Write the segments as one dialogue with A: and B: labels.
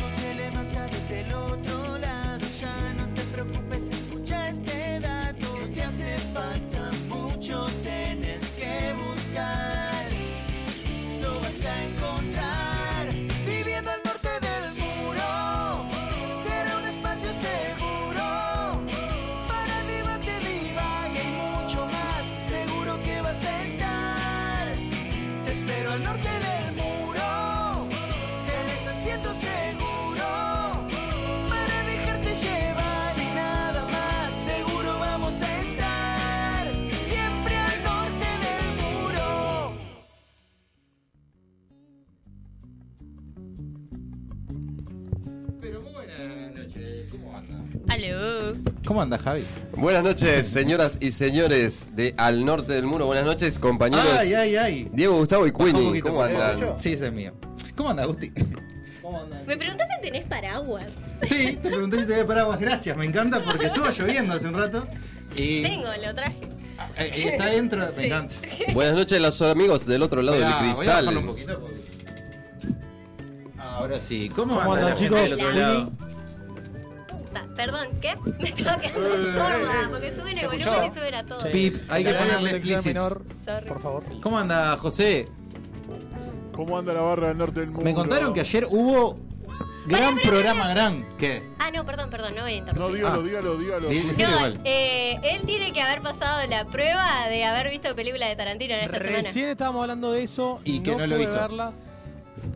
A: este siento seguro para dejarte llevar y nada más. Seguro vamos a estar siempre al norte del muro.
B: Pero muy buenas noches, ¿cómo anda?
C: Aló.
D: ¿Cómo anda Javi?
E: Buenas noches, señoras y señores de Al Norte del Muro. Buenas noches, compañeros.
D: Ay, ay, ay.
E: Diego, Gustavo y
D: Baja un
E: Queenie,
D: poquito,
E: ¿cómo
D: por favor.
E: andan?
D: Sí, ese es mío. ¿Cómo anda, Gusti?
B: ¿Cómo anda?
C: Me preguntaste si tenés paraguas.
D: Sí, te pregunté si te había paraguas. Gracias, me encanta porque estuvo lloviendo hace un rato. Y
C: Tengo, lo traje.
D: eh, y está dentro, me
C: Sí.
D: encanta.
E: Buenas noches, los amigos del otro lado
D: Esperá,
E: del
D: voy a bajarlo un
E: cristal.
D: poquito porque- Ahora sí, ¿cómo,
F: ¿Cómo
D: anda la
F: andan,
D: gente del
C: chicos?
D: otro lado?
C: Puta, Ah, perdón, ¿qué? Me estaba quedando sorda porque suben el volumen y suben a todo.
D: Pip, hay que
F: Dale,
D: ponerle
F: dale,
D: explícito.
F: menor,
C: Sorry.
F: Por favor.
D: ¿Cómo anda José?
G: ¿Cómo anda la barra del norte del mundo?
D: Me contaron que ayer hubo gran
C: pará,
D: programa, gran. ¿Qué?
C: Ah, no, perdón, perdón, no voy a
G: No,
C: interrumpir.
G: dígalo,
D: Ah.
G: dígalo, dígalo.
D: Di- decilo
C: No,
D: igual.
C: eh, él tiene que haber pasado la prueba de haber visto películas de Tarantino en esta semana.
F: Recién estábamos hablando de eso
D: Y que no lo
F: pude
D: hizo.
F: verlas.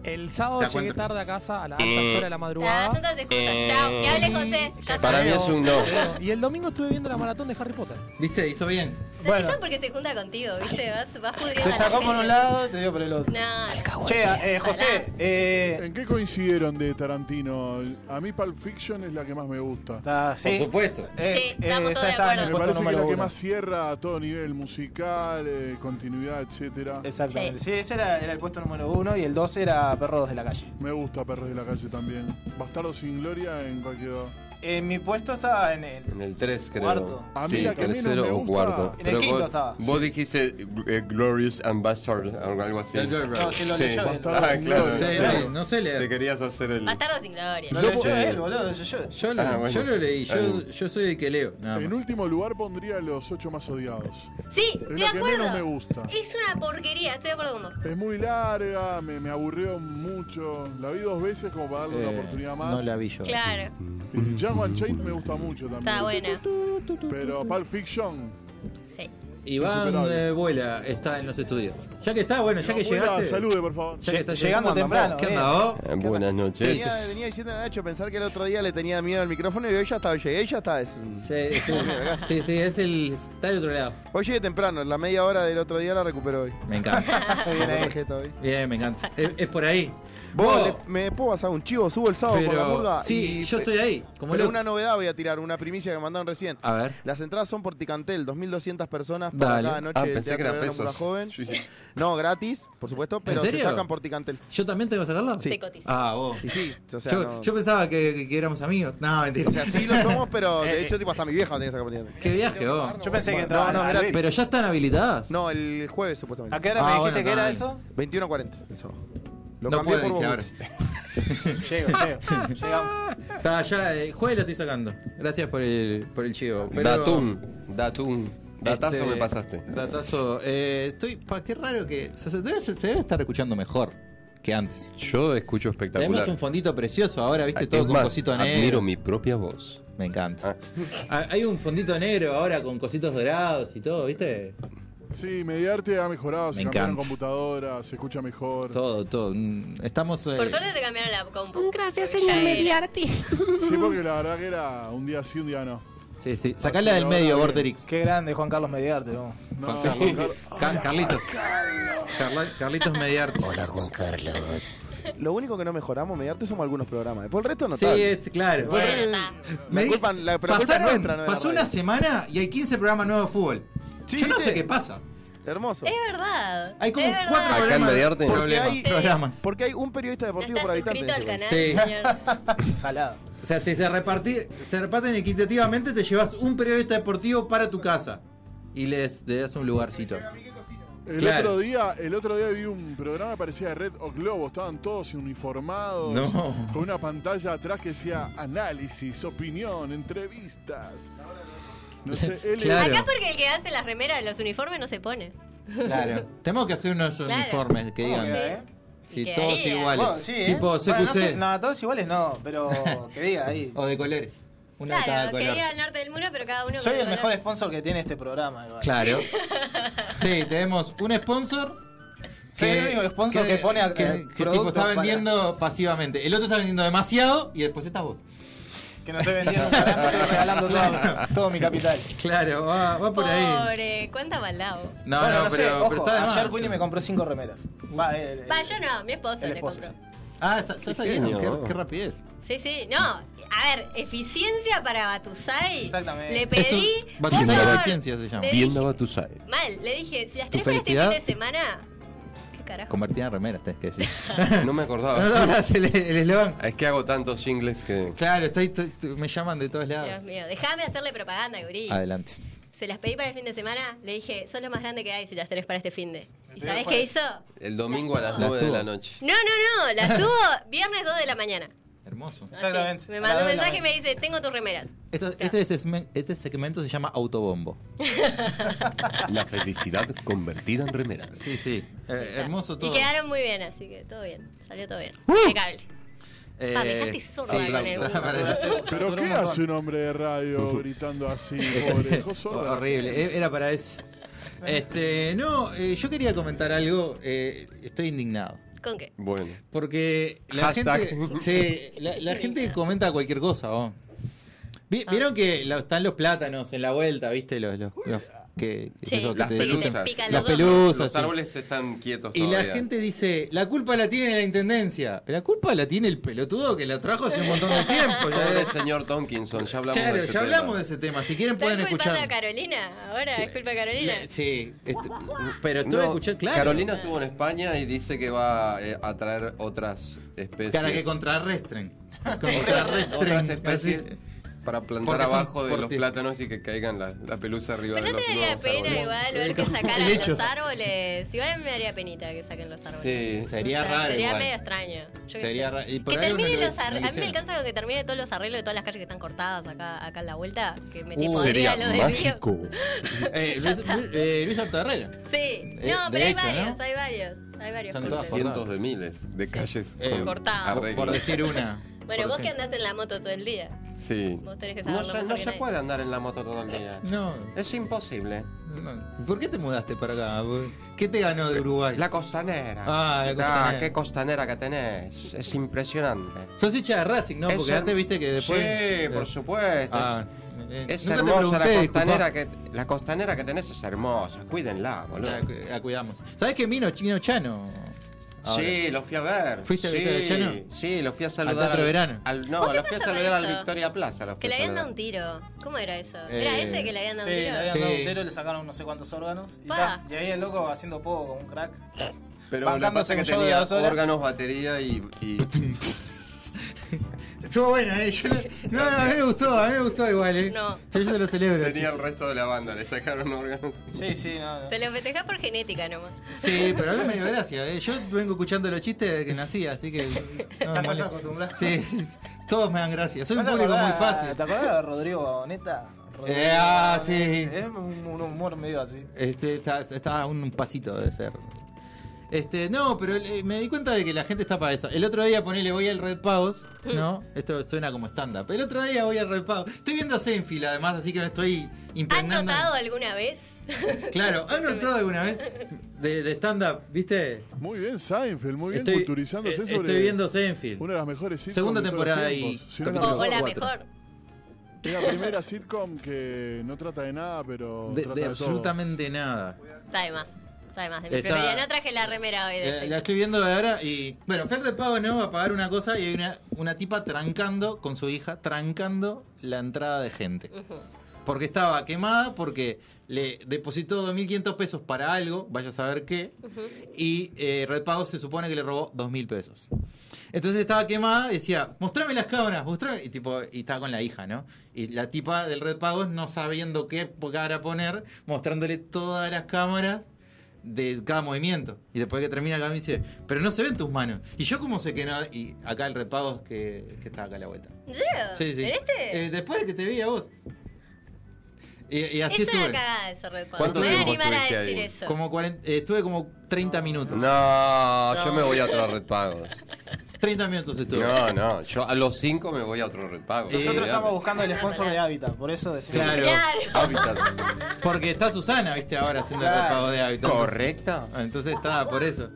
F: El sábado
D: ¿Te Eh. das
F: llegué
D: cuenta?
F: tarde a casa a la alta hora de la
C: Ah, son
F: madrugada.
C: todas excusas. Chao, que hable José. Ya está.
E: Para mí es un no.
F: Y el domingo estuve viendo la maratón de Harry Potter.
D: ¿Viste? Hizo bien.
C: Pero eso porque se junta contigo, ¿viste? Vas, vas pudriendo.
H: Te
C: a la
H: sacó por
C: gente.
H: un lado, te dio por el otro.
C: No,
H: Che, eh, José, eh,
G: ¿En qué coincidieron de Tarantino? A mí Pulp Fiction es la que más me gusta.
H: está, sí.
D: supuesto.
H: Eh,
C: Sí, estamos
H: eh,
C: todos de
H: esa estaba en
C: acuerdo.
H: el
G: Me
H: puesto
G: parece que es
H: número
G: la que
H: uno.
G: más cierra a todo nivel, musical, eh, continuidad, etcétera.
H: Exactamente. Sí, ese era, era el puesto número uno y el dos era Perros de la calle.
G: Me gusta Perros de la Calle también. Bastardo sin Gloria en cualquier...
H: En Eh, mi puesto estaba en el.
E: En el 3, creo.
H: Cuarto.
G: A mí
E: Sí,
G: la que menos
E: tercero
G: me
E: o
G: gusta-
E: cuarto.
H: En el quinto
E: vos,
H: estaba.
E: vos dijiste eh, Glorious and Bastard, o algo así.
H: No, si lo
E: Sí.
H: leyó él.
G: Bastardo
E: Ah,
G: sin
E: claro.
G: Gloria.
E: Sí.
D: no sé
E: Te
D: leer.
E: querías hacer el...
C: Bastardo sin gloria.
H: Lo
E: Yo-
H: leyó
E: Sí.
H: él, boludo. yo- yo-
D: Yo lo,
E: Ah, bueno.
D: yo lo leí, yo, yo soy el que leo. nada
G: En
D: más.
G: último lugar pondría Los Ocho Más Odiados.
C: Sí,
G: Es
C: estoy de
G: la que
C: acuerdo.
G: menos me gusta.
C: Es una porquería, estoy de acuerdo con vos.
G: Es muy larga, me, me aburrió mucho. La vi dos veces como para darle
D: Eh,
G: una oportunidad más.
D: No la vi yo.
C: Claro,
G: Y Django Unchained me gusta mucho también.
C: está buena.
G: Pero Pulp Fiction.
C: Sí.
D: Iván
G: Insuperable.
D: eh, Vuela está en los estudios. Ya que está, bueno, ya que
G: No, abuela,
D: llegaste.
G: Salude, por favor.
D: Ya que está
H: Llegando temprano,
D: ¿Qué
H: bien.
D: onda, vos?
E: Eh, buenas
I: Venía,
E: noches.
I: venía diciendo a Nacho pensar que el otro día le tenía miedo al micrófono y hoy ya estaba, llegué, ya está. es un-
D: Sí, sí, sí, sí, es el. Está de otro lado.
I: Hoy llegué temprano, la media hora del otro día la recuperó hoy.
D: Me encanta.
I: Está bien ahí, Jeta, hoy.
D: Bien, me encanta. Es, es por ahí.
I: Vos,
D: eh. Vos,
I: le- me puedo pasar un chivo, subo el sábado por la
D: pero.
I: murga.
D: Sí,
I: y-
D: yo estoy ahí. Como
I: pero
D: loco.
I: una novedad voy a tirar, una primicia que mandaron recién.
D: A ver.
I: Las entradas son por Ticantel, 2.200 personas para
D: Dale.
I: cada noche
E: Ah,
I: del
E: pensé que
I: Teatro
E: eran
I: de la Murga
E: pesos.
I: joven.
E: Sí.
I: No, gratis, por supuesto, pero se
D: serio?
I: sacan por Ticantel.
D: ¿Yo también tengo que sacarla?
C: Sí. Se cotiza.
D: Ah, vos.
I: Y sí, o sea,
D: yo,
I: no-
D: yo pensaba que, que- que éramos amigos. No, mentira.
I: o sea, sí lo somos, pero de hecho tipo hasta mi vieja la tiene que sacar por Ticantel.
D: Qué viaje, vos.
H: Yo pensé que
I: Bueno,
H: entraba.
I: no, no,
H: al
I: era-
H: Luis.
D: Pero ya están habilitadas.
I: No, el jueves supuestamente.
H: ¿A qué hora me
D: Ah,
H: dijiste
D: bueno,
H: que era
D: dale.
H: eso?
I: 21.40 el sábado. Lo
D: No
I: cambié
D: puede,
I: por
D: dice
I: vos.
D: ahora.
H: Llego, llego. Llegamos.
D: Está, ya, eh, jueves lo estoy sacando. Gracias por el, por el chivo. Pero-
E: Datum, datum. Datazo
D: Este,
E: me pasaste.
D: Datazo. Eh, estoy. Pa, qué raro que. Se, se debe, se debe estar escuchando mejor que antes.
E: Yo escucho
D: Tenemos un
E: espectacular. Ah,
D: fondito precioso ahora, viste,
E: Es
D: todo con
E: más,
D: cosito negro.
E: admiro mi propia voz.
D: Me encanta. Ah, Hay un fondito negro ahora con cositos dorados y todo, viste.
G: Sí, Mediarte ha mejorado, se
D: Me
G: cambiaron
D: encanta.
G: computadora, se escucha mejor.
D: Todo, todo. Mm, Estamos. eh,
C: Por suerte te cambiaron la compu.
J: Gracias,
C: Porque ya
J: señor
C: era.
J: Mediarty.
G: Sí, porque la verdad que era un día sí, un día no.
D: sí, sí. Sacala del medio, Vorterix.
H: Qué grande, Juan Carlos Mediarte. vos.
G: No,
D: Juan
G: Juan Carlos.
D: Ca- Carlitos. Carla- Carlitos Mediarte.
I: Lo único que no mejoramos mediante somos algunos programas. Después el resto no
D: Sí,
I: está.
D: es claro.
C: Bueno,
I: Eh,
C: está.
I: La
D: Me-
I: culpa- la- pero la culpa es
D: pasaron,
I: nuestra, no es la
D: pasó
I: radio.
D: una semana y hay 15 programas nuevos de fútbol.
I: Sí,
D: Yo no
I: ¿viste?
D: sé qué pasa.
I: Hermoso.
C: Es verdad.
D: Hay como
C: es verdad.
D: cuatro
E: Acá en
D: programas.
E: Mediarte.
I: Porque hay,
D: Programas.
I: porque hay un periodista
C: No
I: deportivo por
C: estás
I: habitante.
C: suscrito al
I: dice.
C: canal,
D: Sí.
C: señor.
H: Salado.
D: O sea, si se, reparti- se reparten equitativamente, te llevas un periodista deportivo para tu casa. Y les, le das un lugarcito.
G: El,
D: Claro.
G: otro día, el otro día vi un programa que parecía de Red o Globo, estaban todos uniformados,
D: No.
G: con una pantalla atrás que decía análisis, opinión, entrevistas. No sé, él
D: Claro.
C: Acá porque el que hace las remeras, los uniformes no se pone.
D: Claro. Tenemos que hacer unos
C: Claro.
D: uniformes que digan.
H: ¿Cómo queda, eh?
D: Sí,
C: Quedaría.
D: todos iguales.
H: Bueno, sí, ¿eh?
D: Tipo CQC.
H: Bueno, no, sé- no, todos iguales no, pero que diga ahí.
D: O de colores. Una de cada
C: Claro, que
D: color.
C: iba al norte del muro, pero cada uno
H: Soy
C: con
H: el
C: color.
H: mejor sponsor que tiene este programa. igual.
D: Claro. Sí, tenemos un sponsor.
H: Soy el único sponsor que pone a-
D: que-
H: eh,
D: que tipo
H: productos
D: está
H: para-
D: vendiendo pasivamente. El otro está vendiendo demasiado y después estás vos.
H: Que no estoy vendiendo un carajo, estoy regalando todo, todo mi capital.
D: Claro, va, va por ahí.
C: Pobre, cuánta balao.
D: No,
H: Bueno,
D: no,
H: sé,
D: pero,
H: ojo,
D: pero está de más.
H: Ayer Willy me compró cinco remeras. Va, eh, el- el-
C: Va, yo no, mi esposo
H: El
C: le
H: esposo,
C: compró.
D: Ah, esa- sos ahí, ¿no?
K: genio,
D: qué,
K: vos.
D: qué rapidez.
C: Sí, sí, no. A ver, eficiencia para Batusai.
H: Exactamente.
C: Le
D: Eso-
C: pedí. por
D: Batusai
C: favor.
D: Eficiencia se llama.
C: Le
K: Bien,
C: dije-
K: no, tú sabes.
C: mal, le dije, si las
D: ¿Tu
C: tres para este fin
D: felicidad?
C: de semana. ¿Qué carajo?
D: Convertida en remera, tenés que decir.
K: No me
D: No, no,
K: acordaba.
D: no, es el el eslogan.
K: Es que hago tantos jingles que.
D: Claro, estoy, estoy- estoy- me llaman de todos
C: Dios
D: lados.
C: mío, déjame hacerle propaganda, gurí.
D: Adelante.
C: Se las pedí para el fin de semana, le dije, son lo más grande que hay si las tenés para este fin de. ¿Y
H: Pero
C: sabés
H: ¿cuál?
C: qué hizo?
K: El domingo a las
D: Las
K: 9 de
D: tuvo.
K: la noche.
C: No, no, no, las tuvo viernes 2 de la mañana.
D: Hermoso.
C: Así.
H: Exactamente.
C: Me mandó un
H: A la hora.
C: mensaje y me dice, tengo tus remeras.
D: Esto- este, segmen- este segmento se llama Autobombo.
K: La felicidad convertida en remera.
D: Sí, sí. Eh, hermoso todo. ¡Uh!
C: Y quedaron muy bien, así que todo bien. Salió todo bien. Impecable.
D: Eh,
C: Pa, dejate sorda
K: sí,
C: con el
K: aplausos.
C: gusto.
G: Pero ¿qué hace un hombre de radio gritando así, pobre? Dejó sordo a la
D: Horrible,
G: gente.
D: eh, era para eso. Este, no, eh, yo quería comentar algo. eh, estoy indignado.
C: ¿Con qué?
K: Bueno.
D: Porque la
K: Hashtag.
D: gente, sí, la, la gente comenta cualquier cosa. vos. Vi-
C: Ah.
D: Vieron que la- están los plátanos en la vuelta, ¿viste? Los, los- los- que,
C: Sí,
D: eso que
K: las
D: te-
K: pelusas.
C: pican
D: Las
C: los dos.
D: pelusas.
K: Los
D: sí.
K: árboles están quietos.
D: Y la
K: todavía.
D: gente dice, la culpa la tiene la intendencia. La culpa la tiene el pelotudo que la trajo hace un montón de tiempo. ya-
K: Pobre señor Donkinson, ya hablamos
D: claro,
K: de ese
D: ya
K: tema.
D: hablamos de ese tema. Si quieren pueden
C: ¿Estás culpando a
D: escuchar.
C: Carolina? Ahora es culpa de Carolina.
D: Me- Sí, estu-
K: Eh,
D: pero estuve
K: este, No,
D: escuchando, claro.
K: Carolina estuvo en España y dice que va eh, a traer otras especies.
D: Para que contrarrestren.
K: otras
D: Contrarrestren.
K: especies
D: así.
K: para plantar
D: Porque son
K: abajo de los
D: porti-
K: plátanos y que caigan la, la pelusa arriba
C: Pero
K: de
C: no
K: los
C: te daría
K: nuevos
C: pena
K: árboles.
C: igual ver que sacaran
D: Helechos.
C: los árboles. Igual me daría penita que saquen los árboles.
K: Sí.
D: Sería
C: O sea,
D: raro
C: Sería
D: igual.
C: medio extraño. Yo qué
D: Sería
C: sé.
D: ra- y por
C: que
D: ahí uno
C: termine
D: lo
C: los
D: hizo,
C: ar- A
D: no lo
C: mí me
D: hicieron.
C: alcanza con que termine todos los arreglos de todas las calles que están cortadas acá, acá en la vuelta. Que me tipo
K: Sería
C: lo de
K: mágico.
C: Dios.
D: Eh, Luis, eh, Luis Artagarrera.
C: Sí. No,
D: Eh,
C: pero hay
D: derecho,
C: varios,
D: ¿no?
C: hay varios. Hay varios.
D: Son
C: cortes.
D: todas por-
K: Cientos de miles de calles
D: Eh,
K: con
C: cortado.
K: arreglos.
D: Por decir una.
C: Bueno,
D: Por
C: vos
D: decir-
C: que andás en la moto todo el día.
K: Sí.
C: Vos tenés que
K: No,
C: saberlo
K: se-
C: mejor
K: no
C: que
K: se
C: nadie.
K: puede andar en la moto todo el día.
D: No,
K: Es imposible.
D: no. ¿Por qué te mudaste para acá? ¿Qué te ganó de Uruguay?
K: La costanera.
D: Ah, la costanera.
K: qué costanera que tenés. Es impresionante.
D: Sos hincha de Racing, ¿no?
K: Es
D: Porque
K: her-
D: antes viste que después.
K: Sí, por supuesto.
D: Ah, eh,
K: Es
D: nunca te
K: hermosa
D: pregunté,
K: la costanera
D: disculpa.
K: que la costanera que tenés es hermosa, cuídenla, boludo.
D: La, Ah, cu- la cuidamos. ¿Sabés que vino Chino Chano? Ahora.
K: Sí, lo fui a ver.
D: ¿Fuiste a
K: sí,
D: ver a Chano?
K: Sí, lo fui a saludar.
D: Teatro Verano?
K: al-
C: ¿Por
K: no,
C: qué
K: lo fui a
C: pasa
K: saludar
C: eso?
K: al Victoria Plaza. lo fui
C: Que le
K: a
C: habían dado
K: saludar.
C: un tiro. ¿Cómo era eso? ¿Era
D: Eh,
C: ese que le habían dado
H: Sí,
C: un
H: le
C: tiro?
H: habían dado
D: Sí.
H: un tiro, le sacaron no sé cuántos órganos. Y,
C: Pa.
H: ta, y ahí el loco haciendo poco como un crack.
K: Pero lo que
H: Bancándose
K: pasa es que
H: un show de
K: tenía
H: dos horas.
K: órganos, batería y. y-
D: Estuvo buena, eh. Yo lo- No, no, a mí me gustó, a mí me gustó igual, eh.
C: No.
D: Sí, yo te lo celebro.
K: tenía el resto de la banda, le sacaron órganos.
H: Sí, sí, no, no.
C: Se lo festejás por genética nomás.
D: Sí, pero a mí me dio gracia. eh. Yo vengo escuchando los chistes desde que nací, así que. no me
H: Ya estás
D: molesta.
H: acostumbrado.
D: Sí, sí, todos me dan gracia. Soy
H: ¿No
D: un
H: te
D: público muy
H: acordás-
D: fácil.
H: ¿Te acordás de Rodrigo Neta?
D: Eh, ah, sí.
H: Es un, un humor medio así.
D: Este, está, está a un pasito de ser. Este, no, pero eh, me di cuenta de que la gente está para eso. El otro día, ponele, voy al Red Pavos,
C: Mm.
D: ¿no? Esto suena como stand-up. El otro día voy al Red Pavos. Estoy viendo Seinfeld, además, así que me estoy
C: ¿Has
D: impregnando.
C: notado alguna vez?
D: Claro, ¿has notado alguna vez? De, de stand-up, ¿viste?
G: Muy bien, Seinfeld, muy bien culturizándose
D: eh,
G: sobre
D: estoy viendo Seinfeld.
G: una de las mejores sitcoms.
D: Segunda
G: de todos los
D: temporada y
G: tiempos. Si no
C: O,
G: es la
D: capítulo
C: o
G: mejor.
C: la
D: cuatro.
C: mejor.
G: Es la primera sitcom que no trata de nada, pero.
D: De,
G: trata
D: de
G: todo.
D: absolutamente nada.
C: Está de más. Está de más. De mi
D: Está-
C: preferida. No traje la remera hoy de
D: Eh,
C: Seinfeld.
D: la estoy viendo de ahora y. Bueno, Fer de Pavo no va a pagar una cosa y hay una, una tipa trancando con su hija, trancando la entrada de gente.
C: Ujú.
D: Porque estaba quemada, porque le depositó 2.500 pesos para algo, vaya a saber qué, y eh, Red Pago se supone que le robó 2.000 pesos. Entonces estaba quemada y decía, mostrame las cámaras, mostrame. Y, tipo, y estaba con la hija, ¿no? Y la tipa del Red Pagos, no sabiendo qué cara poner, mostrándole todas las cámaras de cada movimiento. Y después que termina acá me dice, pero no se ven tus manos. Y yo como sé que no... Y acá el Red Pagos que, que estaba acá a la vuelta.
C: ¿En serio?
D: Sí, sí.
C: ¿En este?
D: Eh, después de que te vi a vos. Y, y así
C: es
D: estuve.
C: una cagada eso, Red Panda.
K: ¿Cuánto
C: Me voy a
K: tiempo
C: animar a
K: estuviste
C: decir
K: ahí?
C: eso.
D: Como 40 eh, estuve como 30 minutos.
K: No, yo me voy a otro Red Pagos.
D: 30 minutos estuvo.
E: No, no, yo a los 5 me voy a otro red pago.
D: Eh,
H: Nosotros estamos buscando el sponsor de Habitat, por eso decimos.
D: Claro.
C: Claro.
E: Habitat.
D: Porque está Susana, viste, ahora haciendo el
H: Claro.
D: repago de hábitat.
E: ¿Correcta?
D: Entonces está, por eso.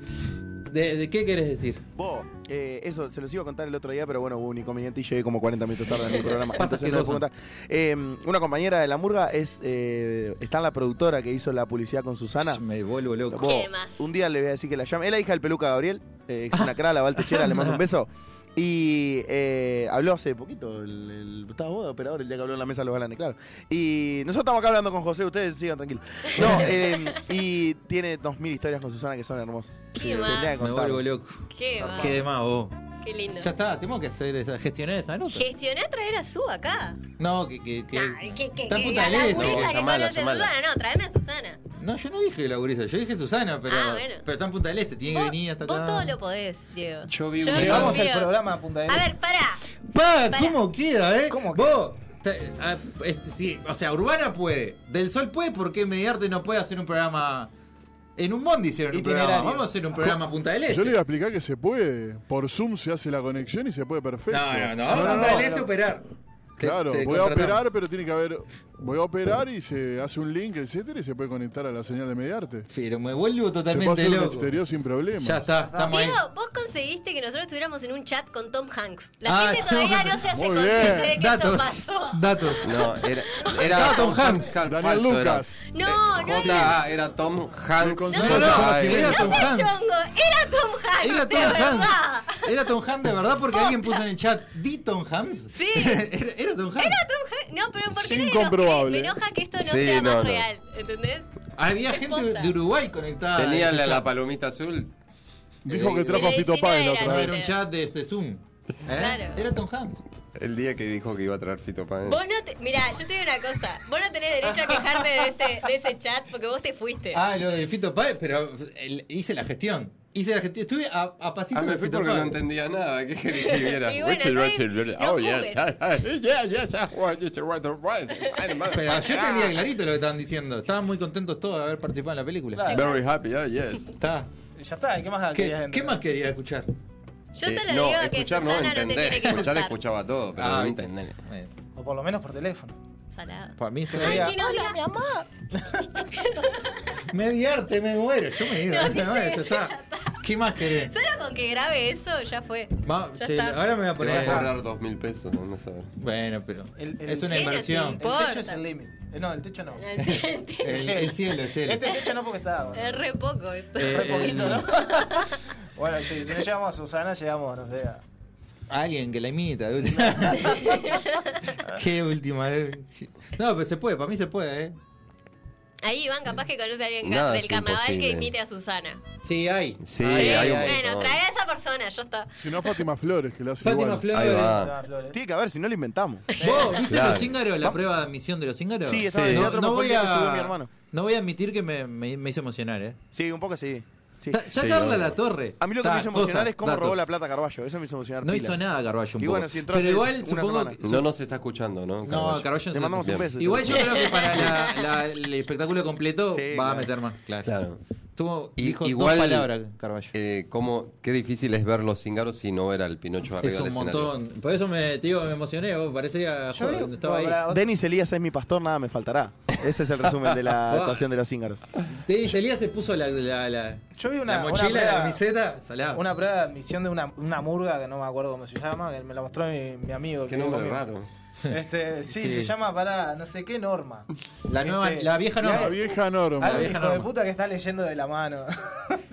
D: ¿De, de qué querés decir?
I: Vos, eh, eso se los iba a contar el otro día, pero bueno, hubo un inconveniente y llegué como 40 minutos tarde en el programa.
D: Pasa
I: Entonces
D: que
I: no lo puedo
D: no son.
I: contar. Eh, una compañera de la murga es eh, está en la productora que hizo la publicidad con Susana.
D: Me vuelvo loco.
I: Vos,
C: ¿Qué más?
I: un día le voy a decir que la llame. Es la hija del peluca Gabriel, eh, que es una crala, Val Techera, le mando un beso. Y eh, habló hace poquito, el, el, estabas vos de operador el día que habló en la mesa de los galanes, claro. Y nosotros estamos acá hablando con José, ustedes sigan tranquilos. No, eh, y tiene 2000 historias con Susana que son hermosas.
C: ¿Qué
I: Tendría que
C: más?
D: Me
I: contar.
D: vuelvo loco.
C: ¿Qué más?
D: Qué de más vos.
C: Qué lindo.
D: Ah, Ya está, tengo que hacer esa, gestionar esa nota.
C: Gestioné a traer a Su acá.
D: No, que, que, que,
C: Nah, que, que,
D: está en
C: que
D: punta
C: a
D: del
C: la
D: Este.
C: gurisa que está
E: Llamala,
C: hablando de
E: llamala.
C: Susana. No, tráeme a Susana.
D: No, yo no dije la gurisa, yo dije Susana, pero,
C: Ah, bueno.
D: pero está en Punta del Este, tiene que venir hasta acá.
C: vos todo lo podés, Diego.
E: Yo vi un-
D: Este.
H: Llegamos
C: confío.
H: al programa a punta de
D: eh.
C: A ver, pará.
D: Pa,
C: Pará.
D: ¿cómo queda, eh?
H: ¿Cómo
D: Vos, te- a- este, sí, o sea, Urbana puede, Del Sol puede, ¿por qué Mediarte no puede hacer un programa? En un Mondi hicieron un
H: Itinerario.
D: programa, vamos a hacer un programa a Punta del Este.
G: Yo le iba a explicar que se puede. Por Zoom se hace la conexión y se puede perfecto.
D: No, no, no, vamos a
H: no,
D: Punta del
H: no,
D: Este a
H: no.
D: operar. Te-
G: Claro,
D: te
G: voy a
D: contratamos.
G: operar, pero tiene que haber. Voy a operar y se hace un link, etcétera, y se puede conectar a la señal de mediarte.
D: Pero me vuelvo
G: Se puede
D: totalmente
G: hacer un
D: loco.
G: exterior sin problema.
D: Ya está, estamos ahí.
C: Diego, vos conseguiste que nosotros estuviéramos en un chat con Tom Hanks. La
D: Ah,
C: gente todavía
D: no.
C: no se hace
G: Muy
C: consciente de
G: bien.
C: que eso
D: Datos,
C: pasó.
D: datos.
E: No, era. Era
D: Ah, Tom Hanks.
G: Daniel Lucas.
C: No, no, no.
E: J.A. era Tom Hanks.
G: No,
D: No, no, no,
E: Ay,
D: era Tom
C: No seas
D: Hanks.
C: chongo, era Tom Hanks,
D: Era Tom
C: de
D: Hanks.
C: verdad.
D: Era Tom Hanks de verdad porque alguien puso en el chat, ¿di Tom Hanks?
C: Sí.
D: era, era Tom Hanks.
C: Era Tom Hanks. No, pero ¿por qué me enoja, me
G: Incomprobable.
C: enoja que esto no
E: Sí,
C: sea
E: no,
C: más
E: no.
C: real? ¿Entendés?
D: Había gente
C: Esposa.
D: de Uruguay
C: Ah,
D: conectada.
E: Tenía
D: Ese
E: la,
D: chat.
E: la palomita azul.
G: Dijo que
D: Eh,
G: trajo a
C: pero
G: Fito
C: ese no
G: Páez la
C: era,
G: otra
D: No,
G: vez.
D: era un chat de este Zoom. ¿Eh?
C: Claro.
D: Era Tom Hanks.
E: El día que dijo que iba a traer Fito Páez.
C: Vos no te, mirá, yo te digo una cosa. Vos no tenés derecho a quejarte de ese, de ese chat porque vos te fuiste.
D: Ah, lo de Fito Páez, pero eh, hice la gestión. Hice la gestión. Estuve a, a pasito
E: Ah, me
D: de
E: fui
D: Fito
E: porque no
D: Páez.
E: entendía nada. ¿Qué quería que viera?
C: Y bueno,
E: Richard,
C: no hay-
E: Richard, Richard.
C: no
E: Oh,
C: juzgues.
E: yes. Yeah, yes. I want you to write the rice. I'm a
D: Pero yo tenía
E: motherfucker.
D: clarito lo que estaban diciendo. Estaban muy contentos todos de haber participado en la película.
H: Claro.
E: Very happy, oh, yes.
D: Está.
H: Ya está, ¿y ¿qué más
D: ¿Qué,
H: querías
D: qué más
H: entrar?
D: quería escuchar?
C: Yo
E: Eh,
C: te lo
E: no,
C: digo que
E: escuchar no
C: Susana no, te
E: entender.
C: tiene que
E: escuchar
C: gustar.
E: escuchaba todo, pero
D: Ah,
E: no
D: viste.
E: entender.
D: Eh,
H: O por lo menos por teléfono.
C: Salado.
D: Para mí se
H: Ay,
D: veía-
H: qué-
C: ¿Quién odia?
D: Me divierte, me muero. Yo me digo, me muero, ya está. ¿Qué más querés?
C: Solo con que grabe eso ya fue.
D: Va,
C: Ya
D: sí,
C: está.
D: ahora me voy a
E: Te vas a
D: poner.
E: cobrar dos mil pesos, no sabes.
D: Bueno, pero
H: El- el-
D: es una
C: ¿Qué nos
D: inversión.
C: importa?
H: El techo es el límite. Eh, No, el techo no.
D: El, el cielo, el cielo.
H: Este techo no porque está. bueno.
C: Es re poco esto.
D: Eh,
H: Re poquito,
D: el-
H: ¿no?
D: eh,
H: Bueno, sí, si no llegamos a Susana, llegamos, no sé. a-
D: em, Alguien que la imita. de última. Qué última. eh. No, pero se puede, para mí se puede, ¿eh?
C: Ahí Iván capaz que conoce a alguien ca-
E: Nada
C: del
E: es
C: carnaval que
E: imposible.
C: imite a Susana.
D: Sí, hay.
C: Sí,
E: Sí, hay un
C: bueno,
E: montón.
C: trae a esa persona, ya está.
G: Si no, Fátima Flores, que le hace
D: Fátima
G: igual.
E: Ahí
D: Flores.
E: va.
H: a Flores.
I: Tiene que haber, si no lo inventamos.
D: ¿Vos viste
E: Claro.
D: los cíngaros, la prueba de admisión de los cíngaros?
I: Sí,
E: estaba en el
D: no,
I: otro
D: no voy
I: Mofondia que subió mi
D: a,
I: hermano.
D: no voy a admitir que me, me, me hizo emocionar, ¿eh?
I: Sí, un poco sí. Sí.
D: Está, está
E: Sí,
D: Carla
E: obvio.
D: La Torre.
I: A mí lo que
D: Está,
I: me hizo emocionar
D: cosas,
I: es cómo
D: datos.
I: robó la plata Carballo. Eso me hizo emocionar.
D: No
I: pila.
D: hizo nada Carballo un
I: Y
D: poco.
I: bueno, si entró
D: Pero
I: hace
D: igual
I: una
D: supongo
I: semana.
D: que...
E: No nos está escuchando, ¿no?
D: No, Carballo
I: Le
D: no se-
I: mandamos
E: Bien.
I: un beso.
D: Igual yo creo que para la- la- el espectáculo completo
I: Sí,
D: va a
I: claro.
D: meter más, claro.
E: Claro.
D: Tuvo,
E: Y-
D: dijo
E: igual-
D: dos palabras Carballo.
E: Eh, ¿cómo, qué difícil es ver los cíngaros y no ver al Pinocho arriba
D: Es
E: del
D: un
E: escenario.
D: montón. Por eso me, te digo, me emocioné, vos, parecía
H: Yo
D: joven,
H: digo,
D: estaba ahí.
H: no, pará, otro-
I: Denis Elías es mi pastor, nada me faltará. Ese es el resumen de la actuación de los cíngaros.
D: Te dije, Elías se puso la, la, la,
H: Yo vi una-
D: la
H: una
D: mochila, la
H: prueba-
D: camiseta, salada.
H: Una prueba de admisión de una, una murga que no me acuerdo cómo se llama, que me la mostró mi, mi amigo.
E: Qué
H: que vive
E: nombre
H: conmigo.
E: raro.
H: Este, sí,
D: Sí.
H: se llama para no sé qué norma.
D: La nueva,
H: Este,
D: la vieja
G: La
D: no. Ah,
G: vieja norma.
H: Algo
D: vieja
H: hijo de
D: norma.
H: puta que está leyendo de la mano.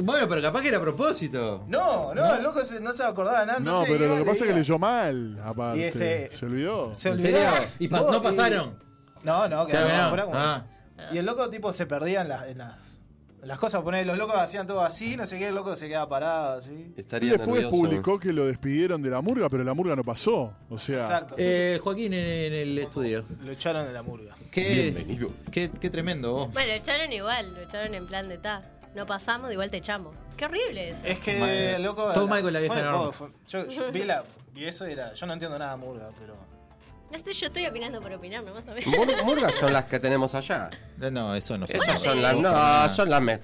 D: Bueno, pero capaz que era a propósito.
H: No, no, el loco se- no se acordaba nada.
G: No,
H: entonces
G: pero
H: iba
G: lo que
H: y
G: pasa es que
H: leía.
G: leyó mal, aparte.
H: Y ese-
G: Se olvidó.
H: Se
D: ¿En
H: olvidó.
D: serio? Y pa-
H: Vos,
D: no pasaron.
H: No, no, que
D: Claro que
H: no,
D: no.
H: fuera como-
D: Ah.
H: Y el loco tipo se perdía en las, en las, en las cosas, poner los locos hacían todo así, no sé qué, el loco se quedaba parado así.
E: Estaría
G: Después
E: nervioso.
G: publicó que lo despidieron de la murga, pero la murga no pasó. O sea,
H: Exacto.
D: Eh, Joaquín en, en el estudio.
H: Lo echaron de la murga.
D: Qué,
E: Bienvenido.
D: qué, qué tremendo vos.
C: Bueno, lo echaron igual, lo echaron en plan de ta. No pasamos, igual te echamos. Qué horrible eso.
H: Es que
D: Madre.
H: el loco.
D: Todo
H: la-
D: mal con la vieja
H: fue-
D: norma.
H: fue- yo, yo vi la. Y eso era. Yo no entiendo nada de murga, pero.
C: No sé, yo estoy opinando por opinar nomás también.
E: Mur- murgas son las que tenemos allá.
D: No, eso no se
E: Esas
D: puede.
E: son las. No, son las. me-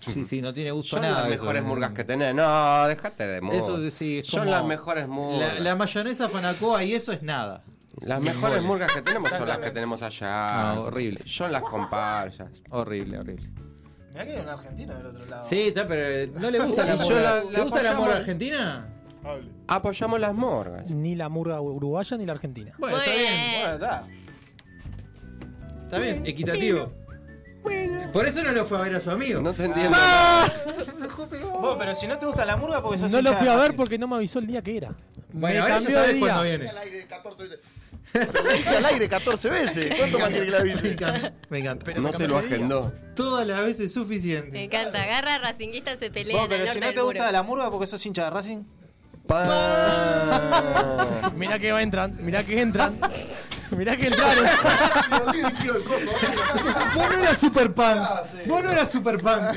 D: Sí, sí, no tiene gusto a
E: Son
D: nada.
E: las
D: eso.
E: mejores murgas que tenés. No, dejate de murgas.
D: Eso sí, es
E: Son
D: como-
E: las mejores murgas.
D: La, la mayonesa Fanacoa y eso es nada.
E: Las mejores murgas que tenemos son las que tenemos allá.
D: No, Ah, horrible.
E: Son las comparsas.
D: Horrible, horrible.
H: Mirá que hay un argentino del otro lado.
D: Sí, está, pero no le gusta la
E: Y yo
D: mora.
E: la- la
D: ¿Te gusta la
E: apoyamos.
D: mora argentina?
G: Hable.
E: Apoyamos las murgas.
F: Ni la murga uruguaya ni la argentina.
D: Bueno,
C: Muy
D: está bien.
C: bien.
H: Bueno, está.
D: Está bien, equitativo. Por eso no lo fue a ver a su amigo.
E: No te entiendo.
D: Ah.
H: Vos, pero si no te gusta la murga porque sos
F: No lo
H: hincha
F: fui a
H: de
F: ver
H: Racing.
F: porque no me avisó el día que era.
D: bueno,
F: me
D: ahora ya
F: cambió de
D: sabes
F: día.
D: cuándo viene.
I: al aire 14 veces. ¿Cuánto más quiere que la
D: Me
I: avise?
D: encanta. Me encanta.
E: No se lo agendó.
D: Todas las veces
C: Me
D: suficiente.
C: encanta. Garra racinguista se pelea.
H: Vos, pero si no te gusta la murga porque sos hincha de Racing.
D: Ah.
E: Pa.
F: Mirá que va entran, mirá que entran. Mirá que entraron.
D: Vos no eras super pan. Vos no eras super pan.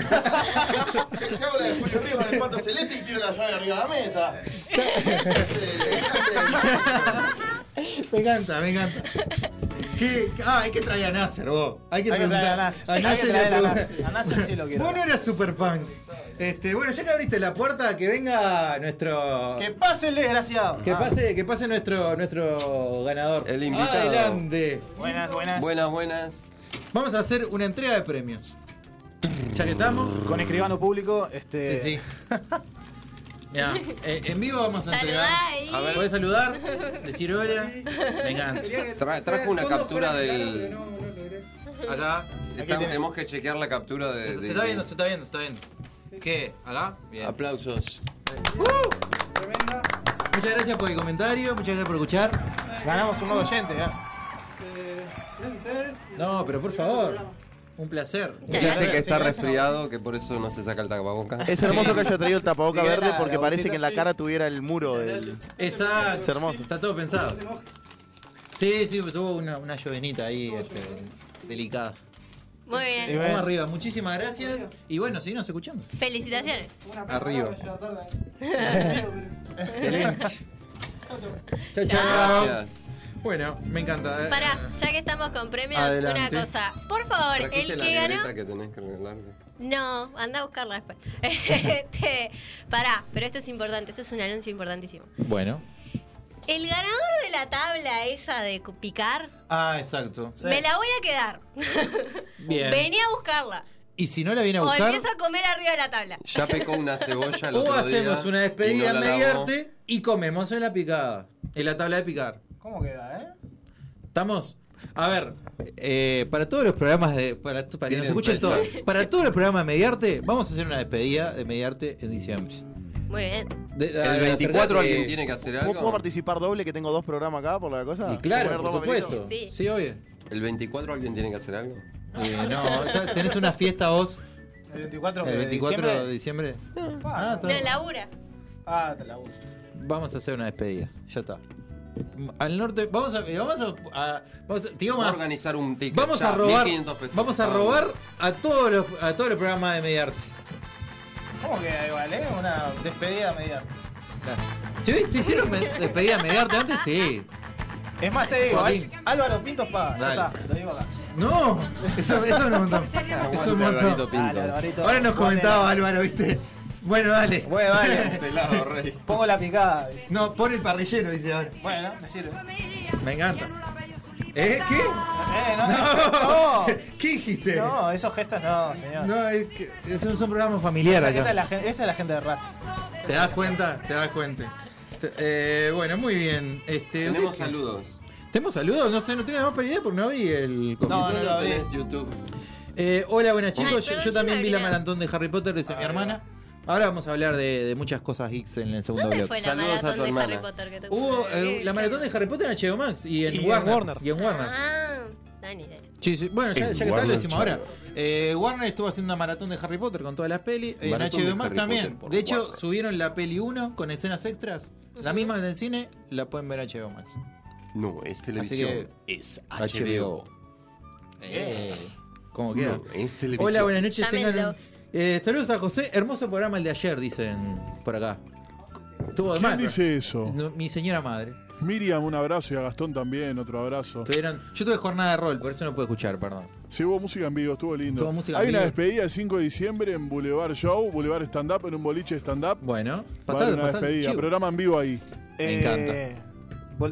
D: Me encanta, me encanta. ¿Qué- Ah, hay que traer a Nasser, vos. Hay que,
H: Hay que
D: preguntar.
H: traer a Nasser.
D: A
H: Hay que
D: Nasser,
H: traer
D: le
H: a
D: pregunta-
H: Nasser. A Nasser sí lo quiero.
D: Vos no eras super punk. Este, bueno, ya que abriste la puerta, que venga nuestro.
H: Que pase el desgraciado.
D: Que
H: Ah.
D: pase, que pase nuestro, nuestro ganador.
E: El invitado.
D: Adelante.
H: Buenas, buenas.
E: Buenas, buenas.
D: Vamos a hacer una entrega de premios. Ya que estamos.
H: Con escribano público, este.
D: Sí, sí. Ya, eh, en vivo vamos a
C: Saludá
D: entregar.
C: ahí.
D: A ver, ¿podés saludar? Decir hola. Me encanta.
E: Tra- trajo una captura del.
D: Acá.
E: Estamos-
H: tenés.
E: tenemos que chequear la captura de.
D: Se
E: de-
D: está viendo, se está viendo, se está viendo. ¿Qué? ¿Acá? Bien.
E: Aplausos.
D: Muchas gracias por el comentario, muchas gracias por escuchar.
H: Ganamos un nuevo oyente, ¿eh? ya.
D: No, pero por favor. Un placer.
E: Ya sé que
H: gracias,
E: está
H: gracias,
E: resfriado, que por eso no se saca el tapabocas.
I: Es hermoso que haya traído el tapaboca
H: Sí, era
I: verde
H: la-
I: porque
H: la
I: parece
H: bolsita,
I: que en la
H: sí.
I: cara tuviera el muro del.
D: Exacto.
I: Es hermoso.
D: Está todo pensado. Sí, sí, tuvo una, una llovenita ahí este, delicada.
C: Muy
H: Y
C: bien.
H: bueno.
D: Vamos arriba, muchísimas gracias. Y bueno, sí, nos escuchamos.
H: eh,
C: Felicitaciones.
D: Arriba. Excelente. Chao, chao.
E: Gracias.
D: Bueno, me encanta. eh.
C: Pará, ya que estamos con premios,
D: Adelante.
C: una cosa. Por favor,
E: ¿Trajiste
C: el
E: la
C: que ganó.
E: libreta que tenés que regalarle?
C: No, anda a buscarla después. Este, pará, pero esto es importante, esto es un anuncio importantísimo.
D: Bueno.
C: El ganador de la tabla esa de cu- picar,
D: Ah, exacto.
C: me la voy a quedar.
D: Bien.
C: Vení a buscarla.
D: Y si no la
E: Oh,
D: viene a
C: O
D: buscar,
C: empiezo a comer arriba de la tabla.
E: Ya pecó una cebolla el
D: o
E: otro
D: hacemos
E: día
D: una despedida
E: y no la lavó.
D: mediante y comemos en la picada. En la tabla de picar.
H: ¿Cómo queda, eh?
D: ¿Estamos? A ver, eh, para todos los programas de. Para, para que nos
E: Tienen
D: escuchen todos.
E: fechas.
D: Para todos los programas de Mediarte, vamos a hacer una despedida de Mediarte en diciembre.
C: Muy bien.
D: De- a-
E: El 24
D: acercate-
E: alguien tiene que hacer
I: ¿Puedo,
E: algo.
I: puedo participar doble que tengo dos programas acá por la cosa?
D: Y
I: ¿Puedo
D: claro, por
I: poner dos
D: supuesto.
I: papelitos?
C: Sí.
D: Sí, obvio.
E: El 24 alguien tiene que hacer algo.
D: Eh, no, ta- tenés una fiesta vos
H: El 24,
D: el 24
H: de
D: de
H: diciembre.
D: diciembre. Ah,
H: Ah,
D: está
C: No,
D: bien.
C: labura.
H: ah, te la uso.
D: Vamos a hacer una despedida. Ya está. Al norte, vamos a. eh, Vamos a. a- vamos a- te digo
E: Vamos a
D: más.
E: organizar un ticket.
D: Vamos
E: ya,
D: a robar.
E: 1500 pesos.
D: Vamos a robar a todos los, a todos los programas de Mediarte.
H: ¿Cómo queda igual, eh? Una despedida media.
D: Si hubiese- si hicieron me- despedida de Mediarte antes, sí.
H: Es más, te digo,
D: Joaquín.
H: Al- Álvaro Pintos paga. Ya
D: Dale.
H: está, lo digo acá.
D: No, eso, eso es un montón.
E: Aguante,
D: Es un montón.
E: Alvarito Pintos.
H: Dale, Alvarito.
D: Ahora
H: Guardela.
D: nos comentaba Álvaro, ¿viste? Bueno, dale.
H: Bueno, dale.
E: Cancelado, rey.
H: Pongo la picada.
D: No, pon el parrillero, dice ahora.
H: Bueno, me sirve. Eh,
D: Me encanta. ¿Eh? ¿Qué?
H: no,
D: No.
H: no.
D: ¿Qué dijiste?
H: No, esos gestos no, señor.
D: No, es que es un, es un programa familiar
H: Esta, es
D: acá.
H: la, gen- esta es la gente de Racing.
D: ¿Te das cuenta? ¿Te das cuenta? Te- eh, bueno, muy bien. Este,
E: Tenemos
D: ¿qué-
E: saludos.
D: ¿Tenemos saludos? No sé, no tengo la más para idea porque no abrí el
H: No,
D: conflicto.
H: no lo abrí.
E: Tenés YouTube.
D: Eh, hola, buenas chicos.
C: Ay,
D: Yo-
C: perdón,
D: yo,
C: yo
D: también
C: no
D: vi la
C: abrí nada.
D: maratón de Harry Potter,
E: Ah,
D: dice mi hermana. Ahora vamos a hablar de, de muchas cosas geeks en el segundo
C: ¿Dónde fue
D: bloque.
C: la
E: Saludos a tu
C: maratón de Harry
E: hermana.
C: Potter que te
D: Hubo eh, la maratón de Harry Potter en HBO Max y en,
F: Y en
D: Warner,
F: Warner.
D: Y en Warner.
C: Ah, no, ni idea.
D: Sí, sí. Bueno, ya,
E: En
D: ya que tal lo
E: Warner,
D: decimos
E: chaval.
D: ahora. Eh, Warner estuvo haciendo una maratón de Harry Potter con todas las pelis. En
E: Maratón de
D: HBO Max
E: Harry
D: también.
E: Potter por
D: De hecho,
E: Warner.
D: subieron la peli 1 con escenas extras. La
C: Ujú.
D: misma que en el cine, la pueden ver en HBO Max.
E: No, es televisión. es
D: HBO.
E: HBO.
D: Eh, Como queda.
E: No, es televisión.
D: Hola, buenas noches.
C: Llámenlo.
D: Tengan, eh, saludos a José. Hermoso programa el de ayer, dicen por acá. Estuvo de
G: ¿Quién
D: mal.
G: dice eso?
D: No, mi señora madre.
G: Miriam, un abrazo y a Gastón también, otro abrazo.
D: Tuvieron- yo tuve jornada de rol, por eso no pude escuchar, perdón.
G: Sí, hubo música en vivo, estuvo lindo.
D: Tuvo música
G: Hay
D: en
G: una
D: vivo.
G: despedida el 5 de diciembre en Boulevard Show, Boulevard Stand Up, en un boliche stand up.
D: Bueno,
G: Va a
D: pasad,
G: haber una
D: pasad,
G: despedida,
D: chivo.
G: programa en vivo ahí.
D: Me
H: encanta. Eh,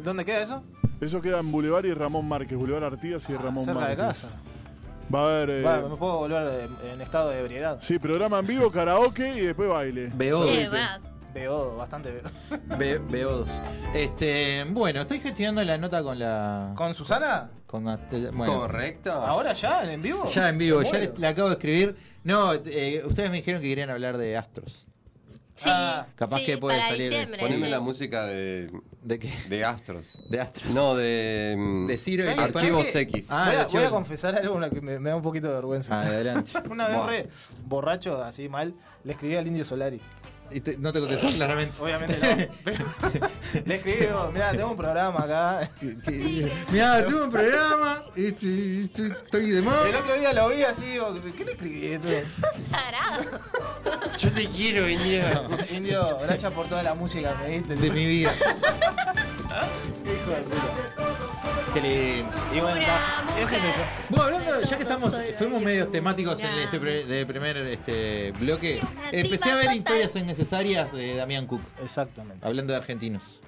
H: ¿Dónde queda eso? Ah,
G: Eso queda en Boulevard y Ramón Márquez, Boulevard Artigas y Ramón
H: Cerca
G: Márquez.
H: de casa.
G: Va a haber eh,
H: Bueno, me puedo volver eh, en estado de ebriedad.
G: sí, programa en vivo, karaoke y después baile.
D: Beodo.
C: Che, va.
H: Beodo, bastante beodo.
D: Be- Beodos. Este, bueno, estoy gestionando la nota con la.
H: ¿Con Susana?
D: con la- bueno.
E: Correcto.
H: ¿Ahora ya? ¿En vivo?
D: Ya en vivo,
H: Me
D: ya
H: muero.
D: le, le acabo de escribir. No, eh, ustedes me dijeron que querían hablar de astros.
C: Sí,
H: Ah,
D: capaz
C: sí,
D: que puede
C: para
D: salir de-
C: diciembre,
E: Poneme
C: sí.
E: la música de,
D: ¿De qué?
E: de Astros.
D: De astros.
E: No, de. mm,
D: De Ciro y
H: ¿Sabes qué?
E: Archivos
H: ¿Sabes
E: X.
D: Ah,
H: voy, a,
D: la Ah,
H: voy a
D: chica.
H: confesar algo una que me, me da un poquito de vergüenza.
D: Adelante.
H: Una vez
E: Buah.
H: re borracho, así mal, le escribí al Indio Solari.
D: Y te- no te contestó claramente.
H: Obviamente no. pero le escribí, digo, mirá, tengo un programa acá.
D: Mirá, tuve un programa. este, este, estoy de
H: El
D: más.
H: otro día lo vi así, digo, ¿qué le escribí? este esto?
C: Tarado.
E: Yo te quiero, venía.
H: Indio, gracias por toda la música que me diste.
D: De mi vida.
H: Qué hijo de puta.
D: Qué lindo.
H: Y bueno,
C: Una
H: está. ese soy
C: mujer.
H: yo.
D: Bueno, hablando, ya que estamos,
C: Soy la
D: fuimos
C: vieja.
D: medios temáticos en
C: Nah.
D: este pre- de primer este bloque,
C: Una
D: empecé
C: diva
D: a ver
C: total.
D: historias innecesarias de Damián Cook,
H: Exactamente.
D: hablando de argentinos.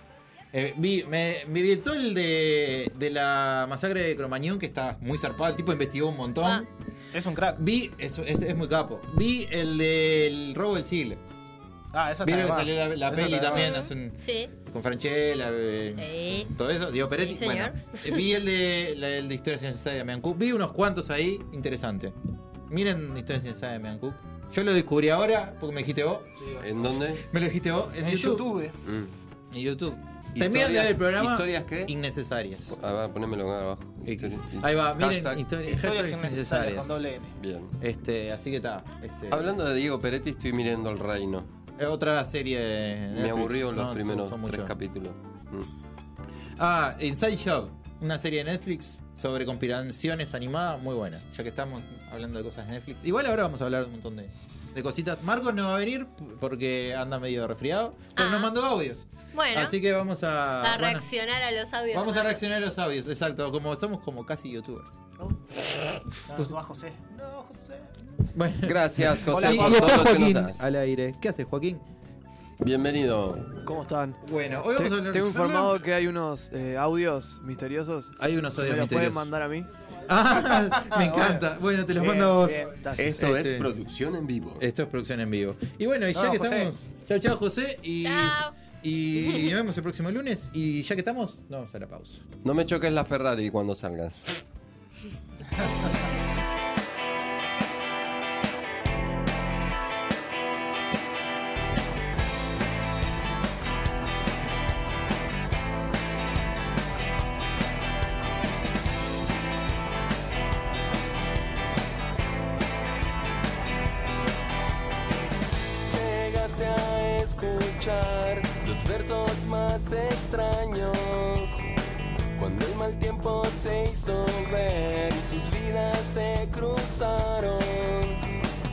D: Eh, vi, me, me vietó el de, de la masacre de Cromañón, que está muy zarpado, el tipo investigó un montón.
C: Ah.
H: Es un crack.
D: Vi, es, es- es muy capo, vi el del robo del siglo.
H: Ah, esa
D: Vieron que
H: está de
D: salió la,
H: más.
D: la
H: Esa
D: peli
H: está de
D: también,
C: más.
D: hace un-
C: Sí.
D: con Franchella. eh,
C: Sí.
D: todo eso, Diego Peretti.
C: Sí,
D: bueno,
C: señor.
D: eh, vi el de, la- el de Historias Innecesarias de Damián Cook. Vi unos cuantos ahí, interesante. Miren Historias Innecesarias de Damián Cook. Yo lo descubrí ahora, porque me dijiste vos.
E: ¿En dónde?
D: Me lo dijiste vos en,
H: En YouTube.
E: Mm.
D: En YouTube.
E: Historias-
D: Terminan de ver el programa.
E: ¿Historias qué?
D: Innecesarias.
E: A ver, ponémelo acá abajo.
D: Ahí va, miren
E: Hashtag.
D: historias,
H: Historias
D: hashtag
H: innecesarias con doble E. N.
E: Bien.
D: Este, así que está. este,
E: Hablando de Diego Peretti, estoy mirando El Reino.
D: es otra serie. de
E: Me
D: Netflix.
E: aburrieron los
D: No,
E: primeros
D: son
E: tres
D: mucho.
E: capítulos. Mm.
D: Ah, Inside Job, una serie de Netflix sobre conspiraciones animada, muy buena. Ya que estamos hablando de cosas de Netflix. Igual ahora vamos a hablar de un montón de, de cositas. Marcos no va a venir porque anda medio resfriado, pero
C: Ah.
D: nos mandó audios.
C: Bueno,
D: Así que vamos a.
C: a
D: bueno,
C: reaccionar a los audios.
D: Vamos a reaccionar a los audios, exacto, como somos como casi youtubers.
C: Uh.
H: Se llama José. No, José.
D: Bueno,
E: Gracias, José,
D: y,
E: por
D: y está
E: todo lo que
D: Joaquín
E: nos das.
D: al aire. ¿Qué haces, Joaquín?
E: Bienvenido.
F: ¿Cómo están?
D: Bueno, hoy vamos a hablar
F: tengo
D: de-
F: informado que hay unos eh, audios misteriosos.
D: Hay unos
F: ¿Me
D: audios
F: los pueden
D: misteriosos.
F: mandar a mí?
D: Ah, me encanta. Bueno, te los mando a vos.
E: Esto
D: Este- Eh.
E: es producción en vivo.
D: Esto es producción en vivo. Y bueno, y ya
H: No,
D: que
H: José.
D: estamos. Chao, chao, José. Y,
C: Chau.
D: y nos vemos el próximo lunes. Y ya que estamos, nos vamos a la pausa.
E: No me choques la Ferrari cuando salgas.
A: Llegaste a escuchar los versos más extraños. Cuando el mal tiempo se hizo ver y sus vidas se cruzaron.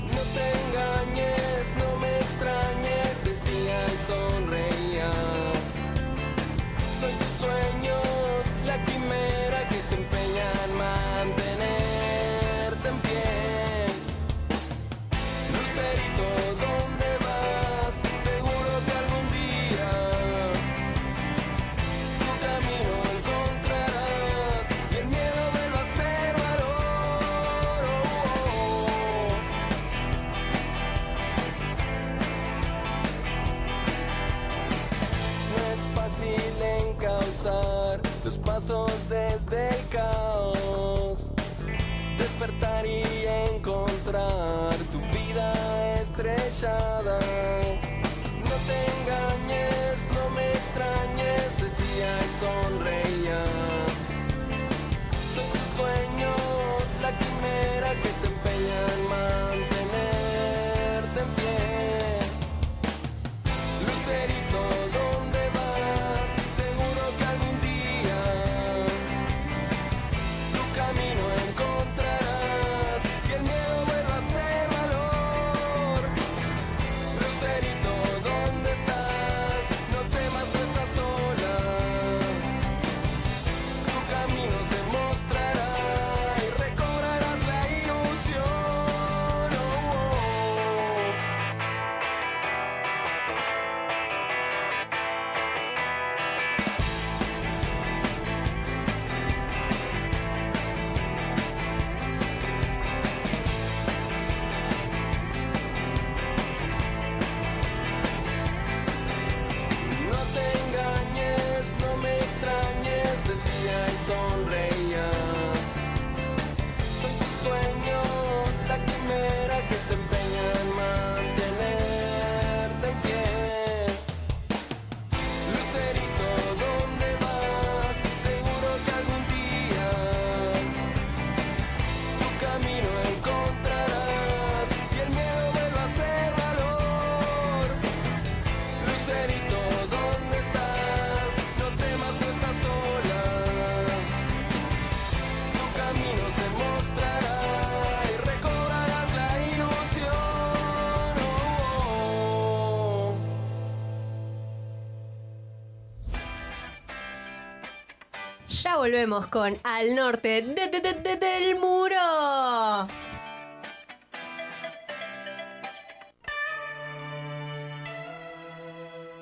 A: No te engañes, no me extrañes, decía y sonreía. Soy tus sueños, la quimera que se empeña en mantenerte en pie. Lucerito, ¿dónde vas? Seguro que algún día tu camino encontrarás y el miedo vuelva a ser valor. No es fácil encauzar los pasos desde el caos despertar y encontrar tu vida estrellada. No te engañes, no me extrañes, decía y sonreía. Son tus sueños, la quimera que se empeña en mantenerte en pie. Lucerito, ¿dónde vas? Seguro que algún día tu camino encontrarás y el miedo vuelva a ser valor. Lucerito, ¿dónde estás? No Oh, Oh,
C: Ya volvemos con Al Norte de- de- de- de- del Muro.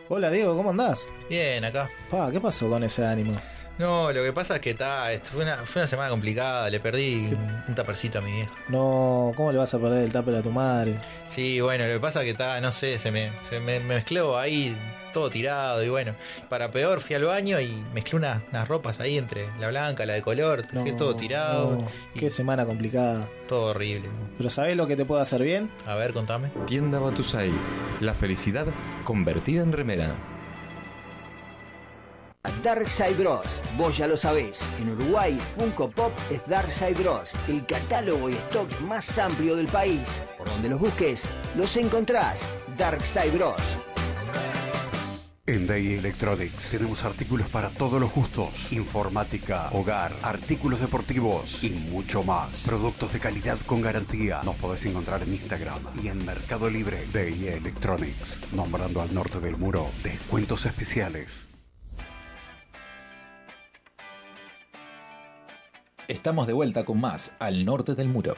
H: Hola Diego, ¿cómo andás?
J: Bien, acá.
H: Pa, ¿qué pasó con ese ánimo?
J: No, lo que pasa es que está, esto fue una, fue una semana complicada, le perdí un, un tapercito a mi vieja.
H: No, ¿cómo le vas a perder el tupper a tu madre?
J: Sí, bueno, lo que pasa es que está, no sé, se me, se me, me mezcló ahí todo tirado y bueno, para peor fui al baño y mezclé una- unas ropas ahí entre la blanca, la de color, dejé
H: No,
J: todo tirado,
H: no, qué semana complicada.
J: todo horrible.
H: Pero ¿sabés lo que te puede hacer bien?
J: A ver, contame.
L: Tienda Batusai. La felicidad convertida en remera.
M: Darkside Bros. Vos ya lo sabés. En Uruguay, Funko Pop es Darkside Bros. El catálogo y stock más amplio del país. Por donde los busques, los encontrás. Darkside Bros.
N: En Day Electronics tenemos artículos para todos los gustos, informática, hogar, artículos deportivos y mucho más. Productos de calidad con garantía. Nos podés encontrar en Instagram y en Mercado Libre. Day Electronics, nombrando al norte del muro, descuentos especiales.
L: Estamos de vuelta con más Al Norte del Muro.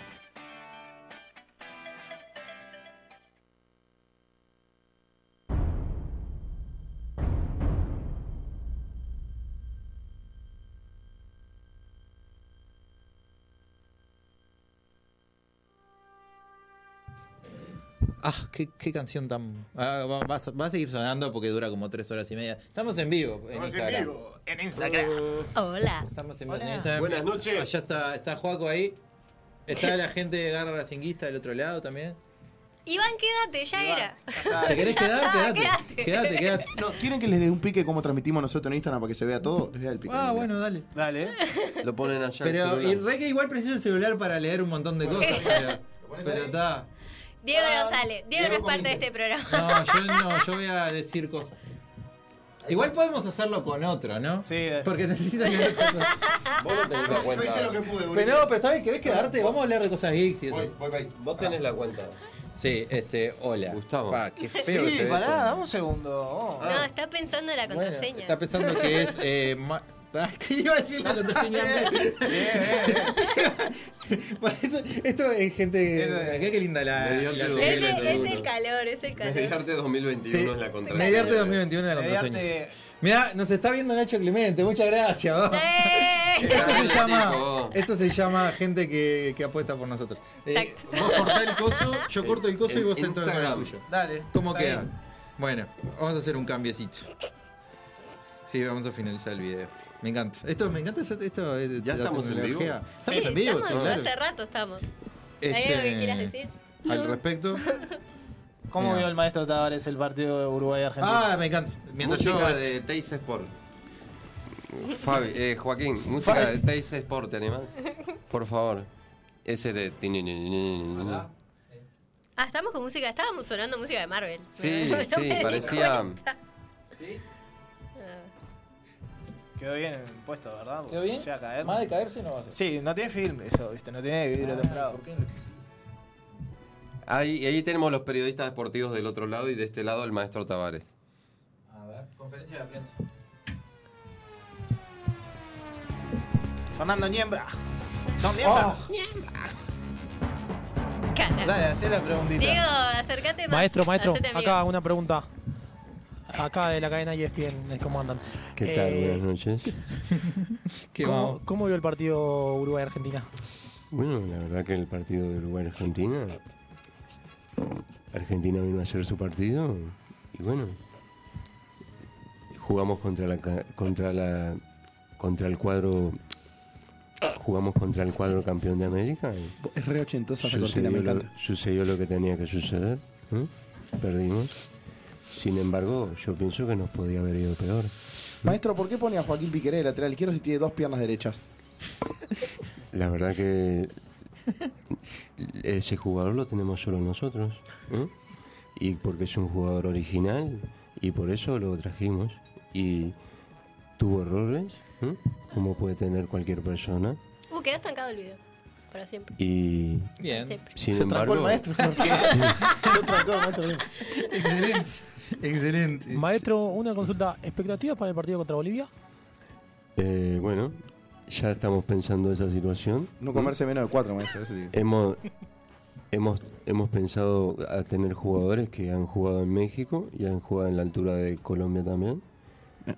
D: Ah, qué, qué canción tan. Ah, va, va a so- va a seguir sonando porque dura como tres horas y media. Estamos en vivo. En
A: Estamos en
D: Instagram.
A: vivo,
D: en Instagram.
C: Hola.
D: Estamos en
A: Hola.
D: Instagram.
A: Buenas noches.
D: Allá está, está Juaco ahí. Está la gente de Garra Racinguista del otro lado también.
C: Iván, quédate, ya era.
D: ¿Te querés
C: Ya
D: quedar?
C: está,
D: Quedate. Quédate, quédate.
I: No, ¿quieren que les dé un pique como transmitimos nosotros en Instagram para que se vea todo? Les voy a dar el pique.
D: Ah, bueno, dale.
H: Dale.
E: Lo ponen allá.
D: Pero,
E: el
D: y
E: celular.
D: re que igual precisa el celular para leer un montón de cosas. Pero, pero está.
C: Diego
D: Ah,
C: no sale. Diego no es parte de este programa.
D: No, yo no, yo voy a decir cosas. Igual podemos hacerlo con otro, ¿no? Sí. Porque necesito que
E: Vos no tenés la cuenta.
D: Pero no, pero está bien, ¿querés quedarte? Vamos a hablar de cosas geeks y eso.
E: Vos tenés la cuenta.
D: Sí, este, hola. Gustavo. Pa, qué feo
H: Sí,
D: se ve
H: pará,
D: esto.
H: dame un segundo.
I: Ah,
H: oh.
C: No, está pensando en la
D: Ah. Bueno,
C: contraseña.
D: está pensando que es. Eh, ma- Ah, ¿Qué iba a decir la contraseña? Bueno, esto, esto es gente. Qué, qué linda la.
E: Mediarte
D: la-
E: dos
C: Es
E: mil
C: el,
E: veintiuno.
C: es el calor, es el calor.
E: Mediarte 2021 es la contraseña.
D: Mediarte 2021 es la contraseña. Mirá, nos está viendo Nacho Clemente, muchas gracias. vos.
C: ¡Eh!
D: Esto se llama. Esto se llama gente que, que apuesta por nosotros. Eh, vos cortás el coso, yo corto el coso y
E: En
D: vos entras en el
E: Instagram.
D: tuyo.
H: Dale.
D: ¿Cómo
H: está
D: queda?
H: bien.
D: Bueno, vamos a hacer un cambiecito. Sí, vamos a finalizar el video. Me encanta. Esto, me encanta esto. esto es-
E: ¿Ya
D: la
E: estamos en vivo?
D: tecnología.
C: Sí,
D: Estamos en vivo, sí,
C: estamos,
D: claro.
C: Hace rato estamos. ¿Hay
D: Este,
C: algo que quieras decir?
D: Al respecto.
H: ¿Cómo
D: Mira.
H: vio el maestro Tavares el partido de Uruguay-Argentina?
D: Ah, me encanta. Mientras yo. eh,
E: Música de Teis Sport. Fabi, eh, Joaquín, música
D: Fabi.
E: de Teis Sport, ¿te animás? Por favor. Ese de.
C: Ah, estamos con música. Estábamos sonando música de Marvel.
E: Sí,
C: No me
E: sí,
C: di
E: parecía.
C: cuenta.
H: Quedó bien el puesto, ¿verdad? Porque
D: ¿Quedó
H: si
D: bien?
H: llega a caer-
D: Más de caerse no va a ser.
H: Sí, no tiene film eso, ¿viste? No tiene vidrio
D: Ah.
H: templado.
E: Ahí, ahí tenemos los periodistas deportivos del otro lado y de este lado el maestro Tavares.
D: A ver, conferencia de prensa.
H: Fernando Niembra.
D: Oh.
H: No, Niembra. Dale, hacé la preguntita.
C: Diego, acércate más.
F: Maestro, maestro,
C: Hacete amigo.
F: acá una pregunta. Acá de la cadena E ESPN, ¿cómo andan?
E: ¿Qué tal?
F: Eh,
E: Buenas noches.
F: ¿cómo, cómo vio el partido Uruguay-Argentina?
N: Bueno, la verdad que el partido de Uruguay-Argentina.
E: Argentina vino a hacer su partido y bueno. Jugamos contra la ca- contra la contra el cuadro jugamos contra el cuadro campeón de América. y
I: Es re ochentosa esa cortina, me
E: Sucedió lo,
I: encanta.
E: sucedió lo que tenía que suceder. ¿eh? Perdimos. Sin embargo, yo pienso que nos podía haber ido peor.
I: Maestro, ¿por qué pone a Joaquín Piqueré de lateral izquierdo si tiene dos piernas derechas?
E: La verdad que ese jugador lo tenemos solo nosotros. ¿eh? Y porque es un jugador original y por eso lo trajimos. Y tuvo errores, ¿eh? como puede tener cualquier persona.
C: Uh, quedó estancado el video. Para siempre.
E: Y
D: Bien.
E: sin
I: Se trancó
E: embargo,
I: el maestro. Se trancó el maestro.
D: Excelente. Excelente.
F: Maestro, una consulta. ¿Expectativas para el partido contra Bolivia?
E: Eh, bueno, ya estamos pensando esa situación.
I: No comerse menos de cuatro, maestro. eso sí.
E: Hemos, hemos, hemos pensado a tener jugadores que han jugado en México y han jugado en la altura de Colombia también.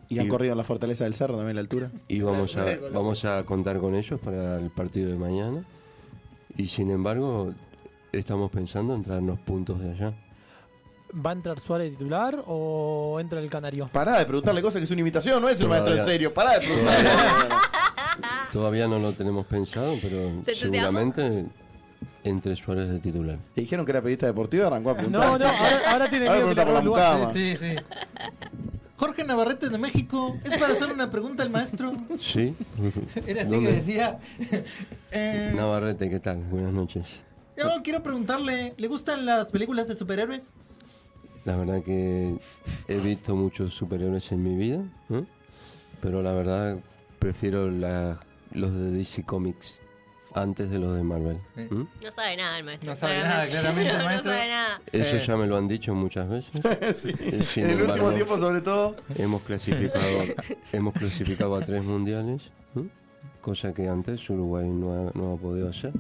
I: Y han corrido en la fortaleza del cerro también, la altura.
E: Y vamos a, vamos a contar con ellos para el partido de mañana. Y sin embargo, estamos pensando en traernos puntos de allá.
F: ¿Va a entrar Suárez titular o entra el Canario?
I: Pará de preguntarle cosas que es una imitación, no es el
E: Todavía-
I: maestro en serio. Pará de preguntarle.
E: Todavía no lo tenemos pensado, pero
I: ¿Se entusiasma?
E: seguramente entre Suárez de titular.
I: Te dijeron que era periodista deportivo y arrancó a preguntar.
F: No, no, ahora, ahora tiene
I: Ahora
F: miedo que le
I: pregunta por la
F: roben lugar.
I: mucama.
D: Sí, sí. Jorge Navarrete de México, ¿es para hacer una pregunta al maestro?
E: Sí.
D: Era así
E: ¿Dónde?
D: que decía. eh,
E: Navarrete, ¿qué tal? Buenas noches.
D: yo quiero preguntarle, ¿le gustan las películas de superhéroes?
E: La verdad que he visto muchos superhéroes en mi vida, ¿eh? pero la verdad prefiero la- los de DC Comics antes de los de Marvel.
D: Eh.
E: ¿eh? ¿m?
C: No sabe nada el maestro.
D: No sabe nada,
C: claramente, no,
D: maestro.
C: No sabe nada.
E: Eso
D: Eh.
E: ya me lo han dicho muchas veces. Eh, sin
I: En el último
E: embargo,
I: tiempo, sobre todo.
E: Hemos clasificado, hemos clasificado a tres mundiales, ¿m? cosa que antes Uruguay no ha, no ha podido hacer.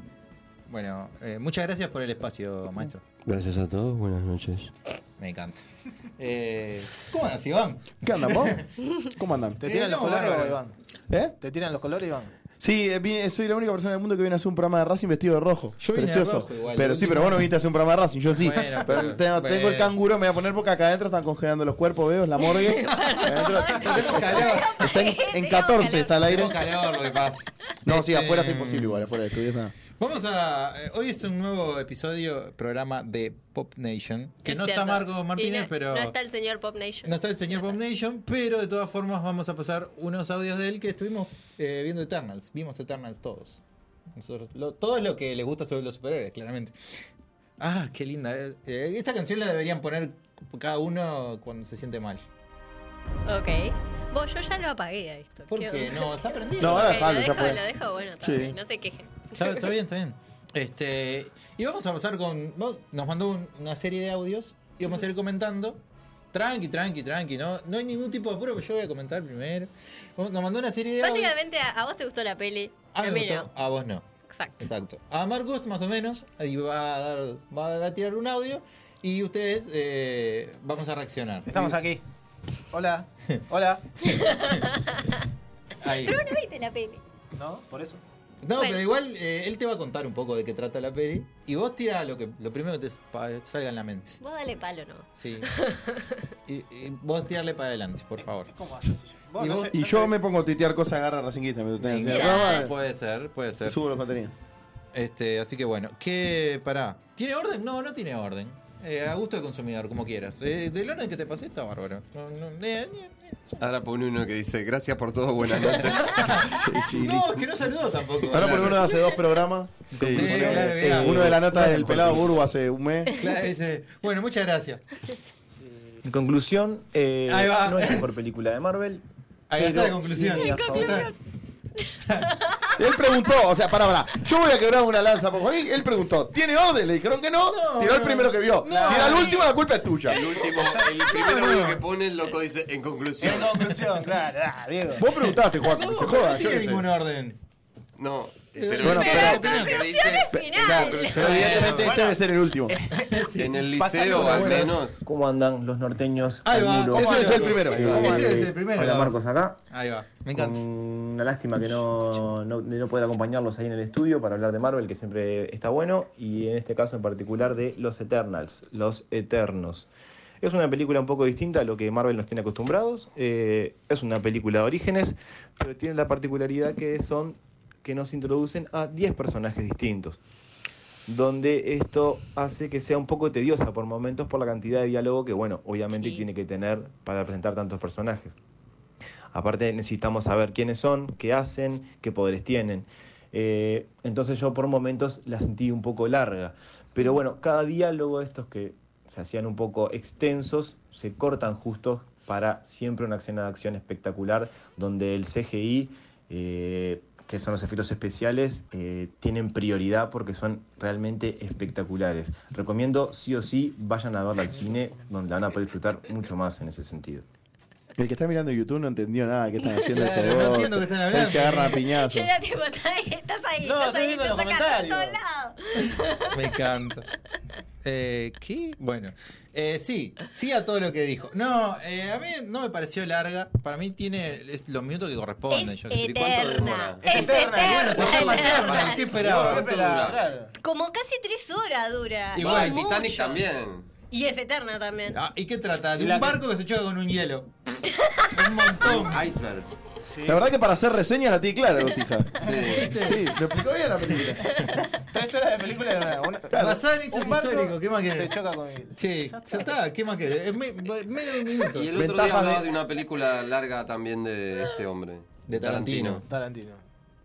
D: Bueno, eh, muchas gracias por el espacio, maestro.
E: Gracias a todos, buenas noches.
D: Me encanta. Eh, ¿Cómo andas, Iván?
I: ¿Qué andan vos? ¿Cómo andan?
H: ¿Te tiran los colores, Iván?
I: ¿Eh?
H: ¿Te tiran los colores, Iván?
I: Sí, eh, vine- soy la única persona del mundo que viene a hacer un programa de Racing vestido de rojo.
H: Yo vine de
I: Precioso.
H: rojo igual,
I: pero
H: el
I: sí,
H: último-
I: pero vos no viniste a hacer un programa de Racing, yo sí.
H: Bueno,
I: pero
H: pero-
I: tengo, tengo el
H: bueno.
I: canguro, me voy a poner porque acá adentro están congelando los cuerpos, veo, es la morgue. Adentro- está en, en 14 está el aire.
D: Tengo calor, lo que pasa.
I: No, sí,
D: Este-
I: afuera está imposible igual, afuera del estudio está.
D: Vamos a. eh, hoy es un nuevo episodio, programa de Pop Nation. Que
C: Es
D: no
C: cierto.
D: está Marco
C: Y
D: Martínez,
C: no-
D: pero.
C: No está el señor Pop Nation.
D: No está el señor Pop Nation, pero de todas formas vamos a pasar unos audios de él que estuvimos eh, viendo Eternals. Vimos Eternals todos. Nosotros, lo- todo es lo que les gusta sobre los superhéroes, claramente. Ah, qué linda. eh. Eh, esta canción la deberían poner cada uno cuando se siente mal.
C: Ok. Vos, yo ya lo apagué a esto.
D: ¿Por
C: ¿Qué
D: qué?
C: onda?
D: No, está prendido.
I: No, ahora
C: Ok,
I: dejalo,
C: lo
I: ya
C: dejo,
I: fue.
C: Lo dejo, bueno, está
I: Sí.
C: bien, no se quejen.
D: Está, está bien, está bien. Este, y vamos a pasar con. vos- Nos mandó un- una serie de audios y vamos a ir comentando. Tranqui, tranqui, tranqui. No, no hay ningún tipo de apuro, pero yo voy a comentar primero. Vos- Nos mandó una serie de audios.
C: Básicamente, a, a vos te gustó la peli.
D: A, mí
C: a
D: me
C: mí
D: gustó,
C: no.
D: a vos no.
C: Exacto.
D: Exacto. A Marcos, más o menos, ahí va a, dar, va a tirar un audio y ustedes eh, vamos a reaccionar.
H: Estamos aquí. Hola. Hola.
D: Ahí.
C: Pero no viste la peli.
H: ¿No? ¿Por eso?
D: No,
C: Bueno.
D: pero igual eh, él te va a contar un poco de qué trata la peli y vos tira lo, que, lo primero que te pa- salga en la mente.
C: Vos dale palo, ¿no?
D: Sí. y, y vos tirarle para adelante, por favor.
H: Vos,
I: Y,
H: no
I: vos-
H: sé,
I: y
H: no
I: yo
H: sé.
I: me pongo a tuitear cosas agarra racinguista, me lo tenés que hacer.
D: Ah,
I: Vamos a ver.
D: Puede ser, puede ser.
I: Subo las baterías.
D: Este, así que bueno, ¿qué pará? ¿Tiene orden? No, no tiene orden. Eh, a gusto del consumidor, como quieras. Eh, del orden que te pasé está bárbaro. No, no, eh, eh.
K: Ahora pone uno que dice, gracias por todo, buenas noches.
D: No, que no saludó tampoco.
I: Ahora por uno de hace dos programas.
K: Sí, claro,
I: Eh,
K: bien.
I: uno de la nota
K: Bueno,
I: del
K: porque-
I: pelado Burbu hace un mes.
D: Claro, dice, bueno, muchas gracias.
O: En conclusión, eh,
D: Ahí va.
O: no es la mejor película de Marvel.
D: Ahí está
O: pero
D: la conclusión.
O: sí, mi favorita.
I: Él preguntó, o sea, pará, pará. Yo voy a quebrar una lanza por Juanín. Él preguntó, ¿tiene orden? Le dijeron que no. tiró el primero que vio. si era el último, la culpa es tuya.
K: El último, el primero que pone el loco dice, en conclusión.
H: En conclusión, claro. Ah, Diego.
I: Vos preguntaste, Juan,
K: No,
I: que se
K: no
I: joda.
K: tiene
I: yo qué sé.
K: ningún
D: orden.
K: No, eh,
I: Pero
K: pero,
I: bueno, pero-
K: pero el que dice-
I: Claro, pero evidentemente este debe ser el último.
K: En el
O: Pasan
K: liceo,
O: los
K: al
O: buenos.
K: menos.
O: ¿Cómo andan los norteños?
K: Ahí
O: al
K: va,
O: muro?
K: ese
O: ¿Cómo
K: debe
O: andan?
K: ser el primero.
O: Ahí va.
K: Ese debe ser el primero.
O: Hola, Marcos acá.
D: Ahí va. Me
O: encanta. Una lástima que no, no, de no poder acompañarlos ahí en el estudio para hablar de Marvel, que siempre está bueno, y en este caso en particular de Los Eternals, Los Eternos. Es una película un poco distinta a lo que Marvel nos tiene acostumbrados. eh, es una película de orígenes, pero tiene la particularidad que son que nos introducen a 10 personajes distintos. Donde esto hace que sea un poco tediosa por momentos por la cantidad de diálogo que, bueno, obviamente tiene que tener para presentar tantos personajes. Aparte necesitamos saber quiénes son, qué hacen, qué poderes tienen. Eh, entonces yo por momentos la sentí un poco larga. Pero bueno, cada diálogo de estos que se hacían un poco extensos se cortan justos para siempre una escena de acción espectacular donde el CGI, eh, que son los efectos especiales, eh, tienen prioridad porque son realmente espectaculares. Recomiendo sí o sí vayan a verla al cine donde la van a poder disfrutar mucho más en ese sentido.
I: El que está mirando YouTube no entendió nada que están haciendo
D: Claro,
I: estos
D: no
I: dos.
D: entiendo qué están hablando.
I: Él se agarra a piñazo.
C: Yo era tipo, estás ahí, estás ahí,
H: No,
C: estás
H: estoy
C: ahí,
H: viendo
C: estás
H: los
C: acá, estás en todos lados.
D: Me encanta. Eh, ¿Qué? Bueno. Eh, sí, sí a todo lo que dijo. No, eh, a mí no me pareció larga. Para mí tiene es los minutos que corresponden.
C: Es
D: yo qué sé,
C: eterna.
D: demora?
C: Es eterna,
D: Bueno, se llama
C: eterna.
D: eterna. ¿Qué esperaba?
K: ¿Cuánto dura?
C: Como casi tres horas dura.
K: Igual,
C: Es
K: el Titanic
C: mucho.
K: también.
C: Y es eterna también.
D: Ah, ¿Y qué trata? De
C: La
D: un
C: que-
D: barco que se choca con un hielo. un montón.
K: Iceberg.
I: La verdad que para hacer reseñas la tiene clara, Botija.
D: Sí.
I: sí, lo explicó bien la película.
H: Tres horas de película de una. una-
D: Basado en hechos
H: un barco
D: históricos, ¿qué más querés?
H: Se choca con él.
D: Sí, ya está, ¿qué más querés? Es me- me- menos de un minuto.
K: Y el otro día hablaba de... una película larga también de este hombre.
D: De Tarantino.
H: Tarantino.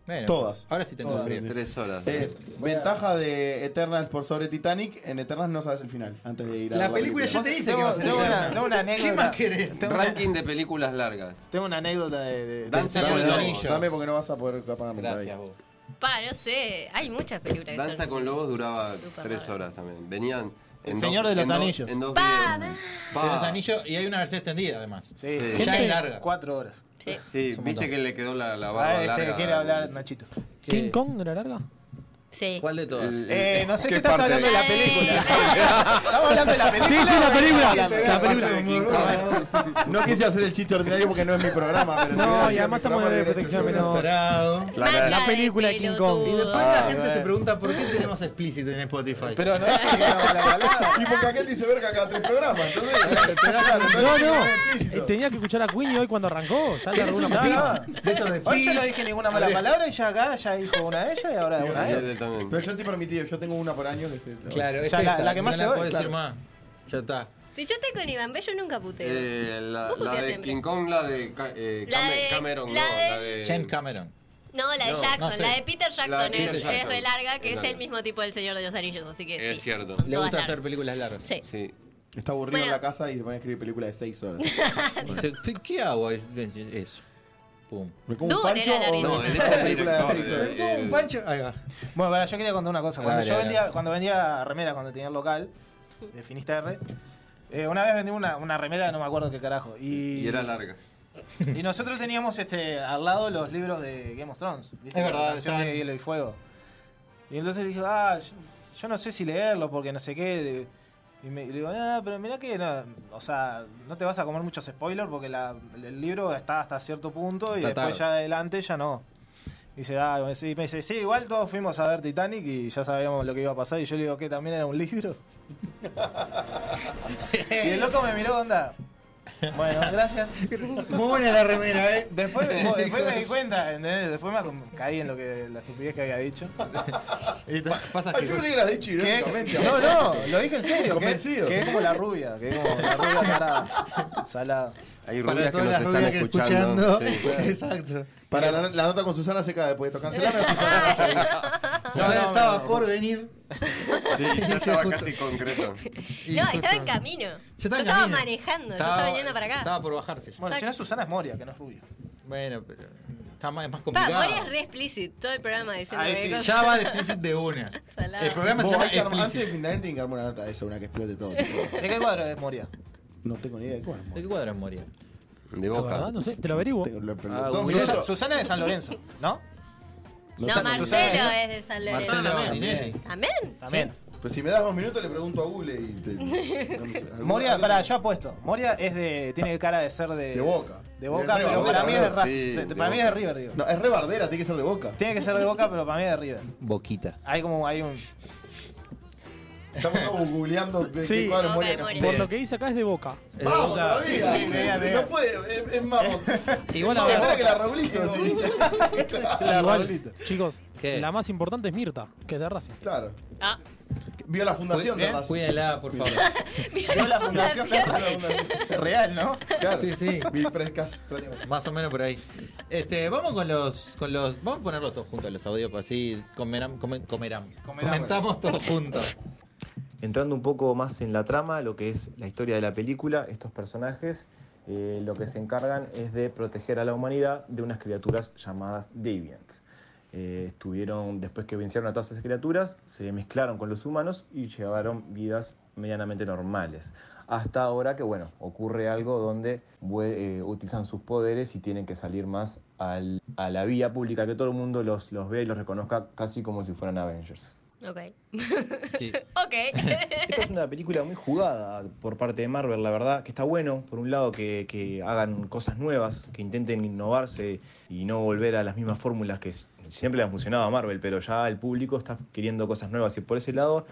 D: Bueno,
I: Todas.
D: Ahora sí tengo
I: Todas.
D: hambre.
K: Tres horas.
I: Eh, ventaja de Eternals por sobre Titanic. En Eternals no sabes el final antes de ir a
D: La
I: ver
D: película ya te dice
H: Tengo-
D: que va a ser
H: tengo
D: eterna.
H: una- tengo una anécdota.
D: ¿Qué más querés?
H: Tengo una-
K: Ranking de películas largas.
H: Tengo una anécdota de. de-
K: Danza
H: de-
K: con
H: de-
K: los anillos.
I: Dame porque no vas a poder apagarme.
K: Gracias,
I: vos.
C: Pa, no sé. Hay muchas películas. que
K: Danza
C: son-
K: con Lobos duraba
C: Súper
K: tres horas también. Venían.
H: El Señor de los
K: en dos-
H: Anillos.
K: en dos
C: Pa,
K: videos.
D: Se
K: Pa.
D: los anillos y hay una versión extendida además.
H: Sí,
K: Sí.
D: Ya
H: gente-
D: es larga.
H: Cuatro horas.
K: Sí,
D: Es un
K: viste
D: montón.
K: que le quedó la, la barba
H: Ah, este
K: larga.
H: que quiere hablar Nachito.
F: ¿King Kong era larga?
C: Sí.
D: ¿Cuál de todas?
H: Eh, no sé si
K: ¿Qué
H: estás
K: parte?
H: hablando de la película. Estamos hablando de la película.
I: Sí, sí, la
H: o de-
I: película.
H: de- de-
I: La película.
H: de- de-
I: No quise hacer el chiste ordinario porque no es mi programa. Pero
F: No, y además estamos en de protección menor.
D: Tarado.
I: La- la-
F: La película de King Kong.
D: Y después la gente se pregunta por qué tenemos explícito en Spotify.
I: Pero no es que graba la balada. Y porque aquel dice verga cada tres programas. Entonces, eh,
D: Te das cuenta.
F: No, no. Eh, Tenía que escuchar a Queenie hoy cuando arrancó. Ya
D: Eres
F: largó
D: un
F: una
D: pi-
F: palabra.
I: Ah,
D: de esos de
H: Hoy yo
D: pi.
H: no dije ninguna mala palabra y ya acá ya dijo una de ellas y ahora una de ellas.
I: Pero yo estoy permitido, yo tengo una por año eh, que se.
D: Claro,
H: Ya
D: es
H: la-
D: esta,
H: la que más
D: no
H: te
D: la
H: doy,
D: puedo decir
H: claro.
D: más. Ya está.
C: Si yo estoy con Iván Bello, nunca puteo.
K: Eh, la,
C: Vos
K: la
C: puteás
K: de
C: siempre.
K: King Kong, la de, Ca- eh,
C: La
K: Came-
C: de-
K: Cameron,
C: la
K: no,
C: de-
K: la de...
D: James Cameron.
C: No, la de
K: No,
C: Jackson,
D: no sé.
C: la de Peter Jackson,
K: La de Peter
C: es,
K: Jackson.
C: es re larga, que es,
K: Es larga.
C: el mismo tipo del Señor de los Anillos, así que
K: Es
C: sí,
K: cierto.
C: son
D: Le
C: todas
D: gusta hacer
C: largas.
D: películas largas.
C: Sí.
K: Sí.
I: Está aburrido en
C: Bueno.
I: la casa y se pone a escribir películas de seis horas.
D: Dice, "¿Qué- ¿qué hago? Es- es- Eso. Pum.
I: ¿Me como un
C: Dune
I: pancho
C: era
I: o
C: larguísima.
K: No,
I: me
K: él es
I: como una
K: el
I: película de
K: director.
I: seis horas?
K: eh, el-
D: Un pancho. Ahí va.
H: Bueno, para, yo quería contar una cosa. Cuando
D: Dale,
H: yo vendía,
D: adelante.
H: cuando vendía remeras, cuando tenía el local de Finisterre, eh, una vez vendí una, una remera, no me acuerdo qué carajo. Y,
K: Y era larga.
H: y nosotros teníamos este al lado los libros de Game of Thrones. ¿viste?
D: Es verdad,
H: La canción
D: estaban-
H: de Hielo y Fuego. Y entonces dije, ah, yo, yo no sé si leerlo porque no sé qué. Y me, y le digo, nada, pero mirá que, no, o sea, no te vas a comer muchos spoilers porque la- el libro está hasta cierto punto y
D: Está
H: después
D: tarde.
H: ya adelante ya no. Y dice, ah, me dice- me dice, sí, igual todos fuimos a ver Titanic y ya sabíamos lo que iba a pasar. Y yo le digo, ¿qué? ¿También era un libro? y el loco me miró, onda. Bueno, gracias.
D: Muy buena la remera, eh.
H: Después, mo- después me di cuenta, ¿entendés? Después me acom- caí en lo que la estupidez que había dicho. Y ta-
D: Pasa
I: Ay,
D: que.
I: Ah, yo no digas de chiro,
H: que- no, no, lo dije en serio. Que,
I: Convencido.
H: que es como la rubia, que es como la rubia tarada, salada.
K: Hay
D: Para
K: rubias que
D: todas
K: nos
D: las
K: están
D: rubias que
K: escuchando.
D: escuchando.
K: sí.
D: Exacto. Eh,
I: Para la, la nota con Susana se cae después de esto. Cancelame a Susana.
D: Ya
H: no,
D: estaba
H: no, no.
D: por venir.
K: Sí, ya estaba casi concreto.
D: y
C: No,
D: justo-
C: estaba en camino.
D: Yo estaba en
C: estaba
D: camino.
C: manejando, yo estaba viniendo para acá.
D: Estaba por bajarse.
H: Bueno, si no es Susana es Moria, que no es rubia.
D: Bueno, pero. Está más, es más
C: Pa,
D: complicado.
C: Moria es re explícit, todo el programa diciendo
H: Ay,
C: que
H: sí,
C: cosas-
D: Ya va de explícit de una.
C: Salado.
D: El programa se
I: Vos,
D: llama
I: hay que armar- antes de
D: Explicit.
I: Finlandia tienen que armar una nota de esa, una que explote todo. tipo.
H: ¿De qué cuadro es Moria?
I: No tengo ni idea de cuál. amor.
D: ¿De qué cuadro es Moria?
K: De
F: La
K: boca.
F: verdad, no sé, te lo averiguo.
I: Tengo lo-
D: Ah,
I: Ah, Dos
D: Wilson.
I: minutos.
H: Susana es de San Lorenzo, ¿no?
C: No, Marcelo es de San Lorenzo.
D: ¿eh? Marcelo
I: También.
D: Bandinelli.
C: Amén.
H: También.
I: Pues si me das dos minutos le pregunto a Google y te... no sé, alguna-
H: Moria, pará, yo apuesto. Moria es de. tiene cara de ser de.
I: De Boca.
H: De Boca,
I: De
H: pero
I: River,
H: para
I: de
H: mí es de
I: River,
H: Racing.
K: sí,
H: De-
K: de
H: para mí es de
K: Boca.
H: River, digo.
I: No, es rebardera, tiene que ser de Boca.
H: Tiene que ser de Boca, pero para mí es de River.
D: Boquita.
H: Hay como. hay un.
I: Estamos como googleando de
F: Sí.
I: qué cuadro
C: No,
I: Moria
C: de
I: que-
C: Moria.
F: Por lo que dice acá es de Boca.
D: Es de
I: ¡Vamos
D: Boca.
I: todavía!
H: Sí, tenía- tenía.
I: No puede, es, es más...
F: Igual
I: es
F: a
I: más
F: ver.
I: buena que la Raulito, sí. la
F: Igual,
I: Raulito.
F: chicos,
D: ¿Qué?
F: la más importante es Mirta, que es de Racing.
I: Claro.
C: Ah,
I: Vio la fundación de
D: Cuí-
I: Racing.
D: Cuídala, eh, por favor.
H: Yo la fundación real, ¿no?
I: Claro.
D: Sí, sí.
I: Vi frescas. frescas.
D: Más o menos por ahí. Este, vamos con los, con los. Vamos a ponerlos todos juntos los audios, pues así comeram- come- comeramos. Comentamos todos juntos.
O: entrando un poco más en la trama, lo que es la historia de la película, estos personajes eh, lo que se encargan es de proteger a la humanidad de unas criaturas llamadas Deviants. Eh, estuvieron, después que vencieron a todas esas criaturas, se mezclaron con los humanos y llevaron vidas medianamente normales. hasta ahora que, bueno, ocurre algo donde vue- eh, utilizan sus poderes y tienen que salir más al- a la vía pública, que todo el mundo los, los vea y los reconozca casi como si fueran Avengers.
C: Ok. ok.
O: Esta es una película muy jugada por parte de Marvel, la verdad, que está bueno, por un lado, que, que hagan cosas nuevas, que intenten innovarse y no volver a las mismas fórmulas que s- siempre le han funcionado a Marvel, pero ya el público está queriendo cosas nuevas y por ese lado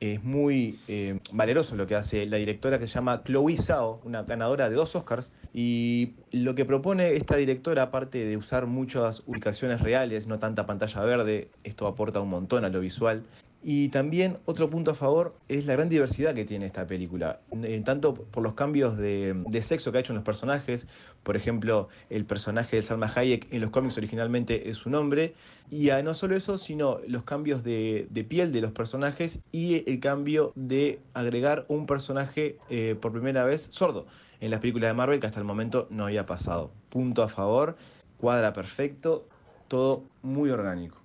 O: es muy eh, valeroso lo que hace la directora que se llama Chloe Zhao, una ganadora de dos Oscars. Y lo que propone esta directora, aparte de usar muchas ubicaciones reales, no tanta pantalla verde, esto aporta un montón a lo visual. Y también otro punto a favor es la gran diversidad que tiene esta película, Eh, tanto por los cambios de, de sexo que ha hecho en los personajes, por ejemplo, el personaje de Salma Hayek en los cómics originalmente es un hombre, y ah, no solo eso, sino los cambios de, de piel de los personajes y el cambio de agregar un personaje eh, por primera vez sordo en las películas de Marvel que hasta el momento no había pasado. Punto a favor, cuadra perfecto, todo muy orgánico.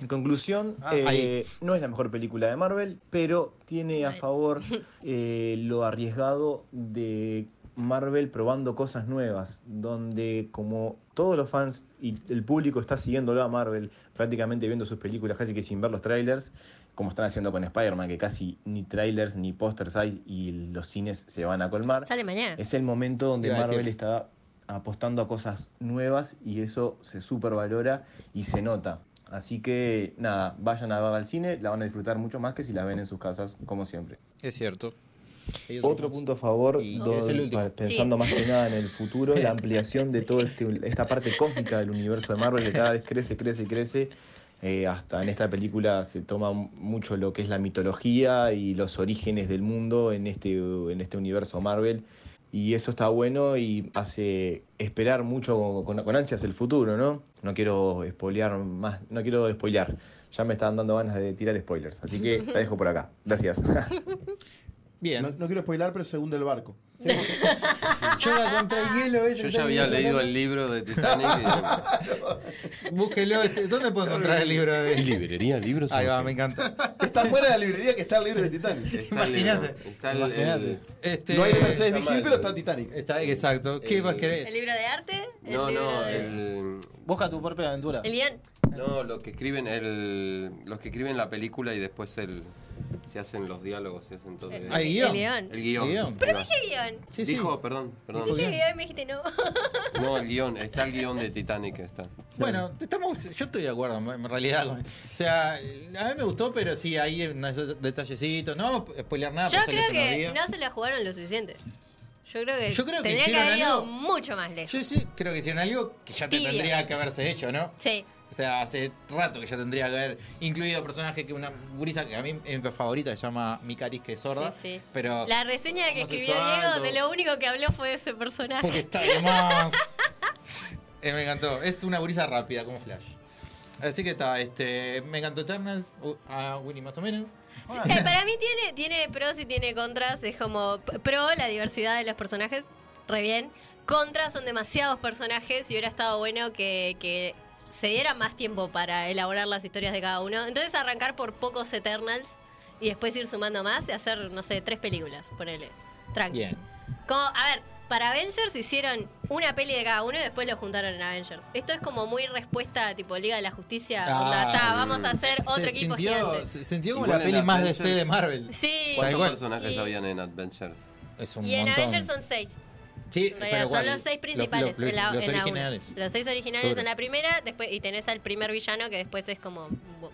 O: En conclusión,
I: Ah,
O: eh,
I: ahí.
O: no es la mejor película de Marvel, pero tiene a favor eh, lo arriesgado de Marvel probando cosas nuevas, donde como todos los fans y el público está siguiéndolo a Marvel, prácticamente viendo sus películas casi que sin ver los trailers, como están haciendo con Spider-Man, que casi ni trailers ni pósters hay y los cines se van a colmar.
C: Sale mañana.
O: Es el momento donde
C: Ah. Iba a
O: Marvel
C: decir.
O: está apostando a cosas nuevas y eso se supervalora y se nota. Así que nada, vayan a verla al cine, la van a disfrutar mucho más que si la ven en sus casas, como siempre.
D: Es cierto. Hay
O: Otro, punto a favor, do-
D: es el último.
O: pa- pensando
D: Sí.
O: más que nada en el futuro, la ampliación de toda esta parte cósmica del universo de Marvel que cada vez crece, crece, crece. Eh, hasta en esta película se toma mucho lo que es la mitología y los orígenes del mundo en este, en este universo Marvel. Y eso está bueno y hace esperar mucho con, con ansias el futuro, ¿no? No quiero spoilear más, no quiero spoilear. Ya me están dando ganas de tirar spoilers, así que la dejo por acá. Gracias.
D: Bien.
P: No, no quiero spoilar, pero se hunde el barco. Se- Llora contra el hielo. ese
K: Yo
P: está
K: ya había
P: bien,
K: leído
P: ¿no?
K: el libro de Titanic.
D: Búsquelo. este, ¿Dónde puedo encontrar el libro de
K: Librería, libros.
D: Ahí va, me encanta.
P: Está fuera de la librería que está el libro de Titanic.
K: Está el libro, Está el- el-
D: Este,
P: no hay de Mercedes
K: está
P: Vigil,
K: mal.
P: pero está Titanic.
D: Está, exacto. ¿Qué más querés?
C: ¿El libro de arte? ¿El
K: No,
C: libro
K: no,
C: de-
K: el.
H: Busca tu propia aventura.
C: El Ian.
K: No, los que escriben el, los que escriben la película y después el, se hacen los diálogos, se hacen todo.
C: El-
K: el-
C: Ah, el guión.
K: El guión.
D: El guión.
C: Pero
K: Ahí va.
C: dije guión.
K: Dijo, perdón, perdón.
C: Dije guión y me dijiste no.
K: No, el guión, está el guión de Titanic está.
D: Bueno, estamos, yo estoy de acuerdo en- en realidad. con- O sea, a mí me gustó, pero sí, hay unos detallecitos. No vamos a spoilear nada.
C: Yo
D: pasa
C: creo
D: Ah, pues se nos
C: que
D: dio.
C: no se la jugaron lo suficiente. Yo creo que,
D: Yo creo que
C: tenía que
D: hicieron
C: haber ido
D: algo-
C: mucho más lejos.
D: Yo sí creo que hicieron algo que ya te
C: Tibio.
D: tendría que haberse hecho, ¿no?
C: Sí.
D: O sea, hace rato que ya tendría que haber incluido personajes que una gurisa que a mí es mi favorita, se llama Mikaris, que es sorda.
C: Sí, sí.
D: Pero
C: La reseña que escribió
D: Ah. homosexual,
C: Diego,
D: o-
C: de lo único que habló fue de ese personaje.
D: Porque está de más. Eh, me encantó. Es una gurisa rápida, como Flash. Así que está, este, me encantó Eternals, uh, a Winnie más o menos. ah.
C: Eh, para mí tiene, tiene pros y tiene contras. Es como p- pro la diversidad de los personajes, re bien. Contra son demasiados personajes y hubiera estado bueno que, que se diera más tiempo para elaborar las historias de cada uno. Entonces arrancar por pocos Eternals y después ir sumando más y hacer, no sé, tres películas, ponele. Tranqui.
D: Bien.
C: Como, a ver, para Avengers hicieron una peli de cada uno y después lo juntaron en Avengers. Esto es como muy respuesta tipo Liga de la Justicia.
D: Ah,
C: onda, "Ta, vamos a hacer
D: Se
C: otro equipo
D: sintió,
C: gigante.
D: Se sintió como
K: Igual
D: la
K: en
D: peli más
K: Adventures-
D: DC de Marvel.
C: Sí.
D: Tal
K: ¿Cuántos
D: cual.
K: personajes
C: Y-
K: habían en Adventures?
D: Es un
C: Y en
D: montón.
C: Avengers son seis.
D: Sí,
C: En realidad,
D: pero
C: son
D: igual,
C: los seis principales.
D: Los, los-
C: en la-
D: los
C: en la uno.
D: originales.
C: Los seis originales
D: Seguro.
C: en la primera, después y tenés al primer villano que después es como bo-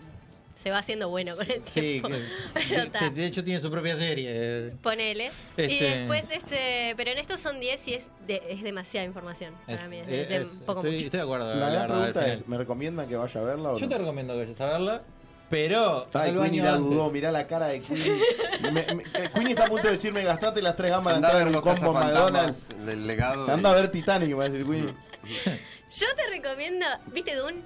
C: se va haciendo bueno con el
D: Sí,
C: tiempo.
D: que-
C: Pero
D: de,
C: está.
D: de hecho tiene su propia serie.
C: Ponele. Y
D: Este-
C: después este, pero en estos son 10 y es de- es demasiada información para
D: Es-
C: mí, Ah, es
D: es-
C: de-
D: es-
C: poco
D: estoy,
C: mucho.
D: estoy de acuerdo.
P: La,
D: la
P: gran
D: verdad, al
P: pregunta
D: final.
P: es, ¿me recomiendan que vaya a verla o no?
D: Yo te recomiendo que vayas a verla, pero...
P: Ay,
D: andá al
P: Queenie
D: baño
P: la
D: antes.
P: dudó, mirá la cara de Queenie. Me- me- que Queenie está a punto de decirme, gastaste las tres gamas de
K: Andá a
P: entrar
K: ver
P: en un
K: los
P: combo McDonald's.
K: cazafantasmas del legado. de-
P: Anda a ver Titanic, me va a decir Queenie.
C: Yo te recomiendo, ¿viste Dune?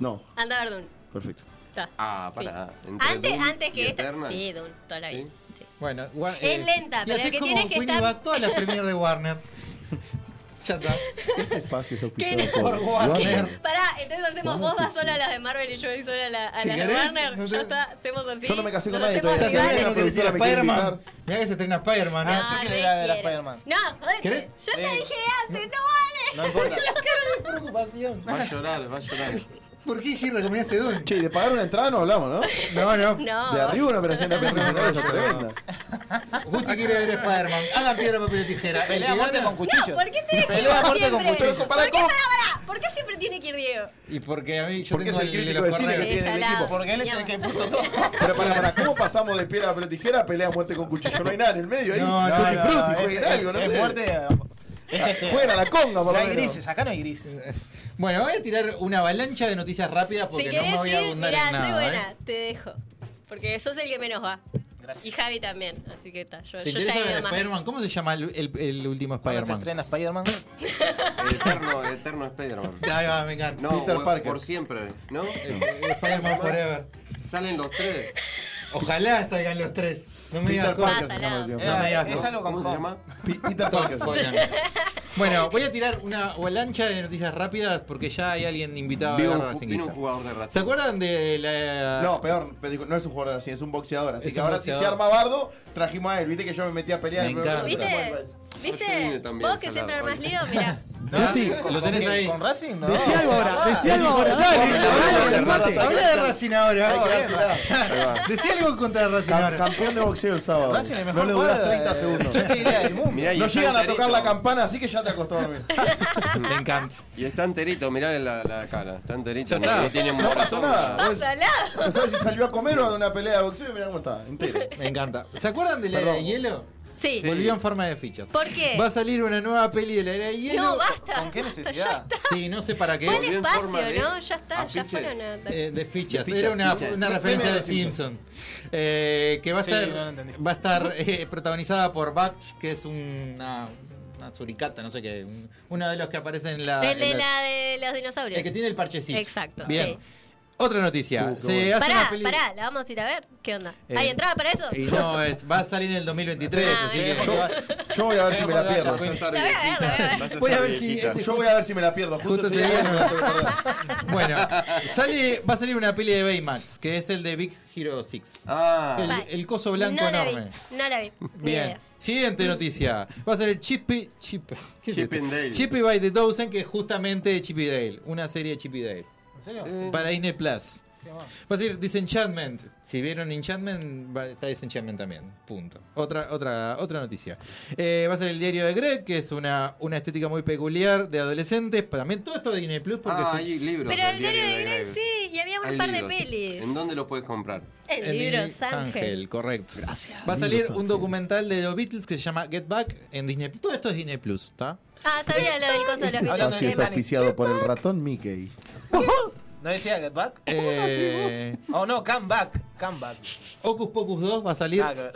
P: No,
C: Anda a ver Dune.
P: perfecto.
C: Está.
K: Ah,
C: Sí.
K: pará. Entre
C: Antes,
K: Dune
C: antes
K: y
C: que esta.
K: Eternals.
C: Sí, Dune, toda la vida. Sí.
D: Bueno, gua- eh,
C: Es lenta,
D: y
C: pero
D: así
C: que
D: es como
C: tiene que
D: Queenie
C: estar-
D: va a todas las premiers de Warner. ya está.
P: Este espacio es
C: ¿Qué
P: auspiciado
C: no?
P: por Warner.
C: Pará, entonces hacemos vos vas sola a las de Marvel y yo voy sola a la, a
D: Si
C: las de
D: querés,
C: Warner.
D: no te-
C: Ya está, hacemos así.
D: Yo no me casé con
C: Nos
D: nadie
C: hacemos
D: todavía. ¿Estás segura que no
C: rivales.
D: querés ir a
I: Una productora me
D: Spider-Man? Mirá que se estrena Spider-Man.
C: No,
D: ¿eh?
C: re quiero. No,
D: ¿Querés?
C: jodete. Yo ya
D: Eh,
C: dije antes, no vale.
D: no importa.
C: La
D: cara de preocupación.
K: Va a llorar, va a llorar.
D: ¿Por qué Gil este recomendaste Dune?
P: Che, ¿y de pagar una entrada no hablamos, ¿no?
D: No, no.
C: No.
P: De arriba una operación de apertura.
D: Gusti quiere ver Spider-Man. Hagan piedra, papel o tijera. El
H: Pelea
D: que
H: a muerte
D: gana-
H: con cuchillo.
C: ¿Por qué tenés que ir
D: Pelea a muerte con
C: siempre?
D: cuchillo.
C: ¿Por qué,
D: Pará,
C: pará, pará? ¿Por qué siempre tiene que ir Diego?
D: Y porque a mí yo
P: Porque
D: tengo
P: es el crítico
D: los
P: de cine que
D: corners.
P: tiene el
C: Esa la-
P: equipo.
H: Porque él es el que puso todo.
P: Pero para, para, ¿cómo pasamos de piedra a papel o tijera a pelea a muerte con cuchillo? No hay nada en el medio ahí.
H: No, no,
P: Tutti
H: no,
P: frutti,
H: es-
P: jueguen
H: es-
P: algo, ¿no?
H: es
P: sé.
H: muerte, Es este.
P: Jueguen a la conga, por
H: No
P: lo
H: hay
P: menos.
H: grises, acá no hay grises.
D: Bueno, voy a tirar una avalancha de noticias rápidas
C: Si
D: porque no
C: querés
D: me voy a
C: ir,
D: abundar
C: mirá,
D: en
C: soy
D: nada.
C: buena,
D: ¿eh?
C: te dejo. Porque sos el que menos va. Y Javi también, así que está. Yo,
D: ¿Te
C: yo ya
D: interesa
C: he
D: ver
C: ido más.
D: Spider-Man? ¿Cómo se llama el, el- el último Spider-Man?
H: estrena Spider-Man?
K: Eterno, eterno Spider-Man.
D: Ahí va, me encanta.
K: No,
D: Peter
K: o-
D: Parker. Eh,
K: por siempre, ¿no?
D: Spider-Man Forever.
K: Salen los tres.
D: Ojalá salgan los tres. No me digas
K: Peter Parker
D: cosas.
K: se llama el Eh,
D: No
K: tío.
D: me digas
K: Es
D: cosas.
K: algo con ¿Cómo se llama?
D: Peter Parker. Bueno, voy a tirar una avalancha de noticias rápidas porque ya hay alguien invitado
K: Vino
D: a
K: un
D: la
K: ju-
D: Racinguista.
K: vino un jugador de Racing.
D: ¿Se acuerdan de la.?
P: No, peor, pedicu- no es un jugador así, es un boxeador. Así
D: Es
P: que
D: un
P: ahora si se
D: boxeador.
P: arma bardo, trajimos a él. Viste que yo me metí a pelear.
D: Me
P: en el primer
D: encanta.
P: programa.
C: ¿Viste?
K: pues, yo vine
C: ¿Viste?
K: también,
C: Vos que siempre
K: salado,
C: armás lío, mirá.
D: Gusti, lo tenés
H: ¿Con-
D: ahí.
H: ¿Con Racing? No.
F: Decí algo ahora, decí algo ahora.
D: Dale,
F: Dale, dale,
D: animate.
F: animate.
D: Habla de Racing
P: Hay que
D: ahora.
P: vacilar.
D: Decí algo contra Racing
P: Cam-
D: ahora.
P: campeón de boxeo el sábado.
H: Racing es el
P: No
H: mejor
P: le duras
H: cuadro
P: 30
H: de- Yo te diría del
P: segundos.
H: mundo.
K: Mirá, y
P: No
K: está
P: llegan a
K: enterito.
P: tocar la campana, así que ya te acostó a dormir.
D: Me encanta.
K: Y está enterito, mirá la, la cara. Está enterito,
P: Ya
K: no,
P: está.
K: no tiene
P: No
K: morro.
P: pasó nada.
C: Salado.
P: No sabes si salió a comer o a una pelea de boxeo y mirá cómo está, entero.
D: Me encanta. ¿Se acuerdan de la era de hielo?
C: Sí.
D: Volvió en forma de fichas.
C: ¿Por qué?
D: Va a salir una nueva peli de la era de hielo.
C: No, basta. ¿Con qué
D: necesidad? Sí, no sé para qué.
C: Fue el espacio,
K: forma de-
C: ¿no? Ya está,
K: a
C: ya
K: fiches.
C: fueron a...
D: Eh, de fichas,
K: De fichas,
D: era una,
K: fichas.
D: una
K: Meme
D: referencia
K: de
D: de
K: los
D: Simpson. Eh, que va a
H: Sí,
D: estar,
H: no lo entendí.
D: va a estar eh, protagonizada por Batch, que es una, una suricata, no sé qué. un- Uno de los que aparece en la.
C: El de
D: en
C: la
D: la-
C: de los dinosaurios.
D: ah, el que tiene el parchecito.
C: Exacto,
D: Bien.
C: sí.
D: Otra noticia. Se hace una
C: Pará,
D: peli-
C: pará, la vamos a ir a ver. ¿Qué onda?
D: Eh,
C: ¿Hay entrada para eso?
D: Y no, es, va a salir en el 2023.
C: Ah,
D: así
C: bien.
D: que-
P: Yo voy a ver si me la pierdo.
K: Vas a estar
C: La voy a ver,
K: viejita,
C: la voy a ver.
K: vas a estar
P: Voy a ver si
K: viejita.
P: ese- yo voy a ver si me la pierdo. Justo
D: Justo
P: ese
D: se
P: día
D: dio.
P: me la tengo que perder.
D: Bueno, sale, va a salir una peli de Baymax, que es el de Big Hero 6.
K: Ah,
D: El, el coso blanco
C: no
D: enorme.
C: La vi, no la vi. ni
D: Bien.
C: idea.
D: Siguiente
H: Mm.
D: noticia. Va a ser el Chippy. Chip, ¿qué es
K: Chip
D: esto?
K: and Dale.
D: Chippy by the Dozen, que es justamente Chippy Dale. Una serie de Chippy Dale.
H: ¿En serio?
K: eh,
D: Para Disney Plus.
H: ¿Qué más?
D: Va a ser Disenchantment. Si vieron Enchantment, va- está Disenchantment también. Punto. Otra, otra, otra noticia. Eh, va a ser el diario de Greg, que es una, una estética muy peculiar de adolescentes. Pero También todo esto de Disney Plus, porque
K: ah,
D: se-
K: hay libros.
C: Pero
K: del
C: el diario de Greg
K: Greg.
C: sí, y había un
K: Hay
C: par
K: libros.
C: de pelis.
K: ¿En dónde los puedes comprar?
C: El
D: en
C: libro
D: Disney
C: Ángel.
D: correcto. Va a salir un documental de los Beatles que se llama Get Back en Disney Plus. Todo esto es Disney Plus, ¿está?
C: Ah, sabía lo del coso de los
K: Ah,
C: Beatles.
H: Así es, auspiciado
P: por el ratón Mickey.
H: ¿No decía Get Back?
D: Eh,
H: Oh no, Come Back. Come Back.
D: Ocus Pocus 2 va a salir.
H: Ah, que-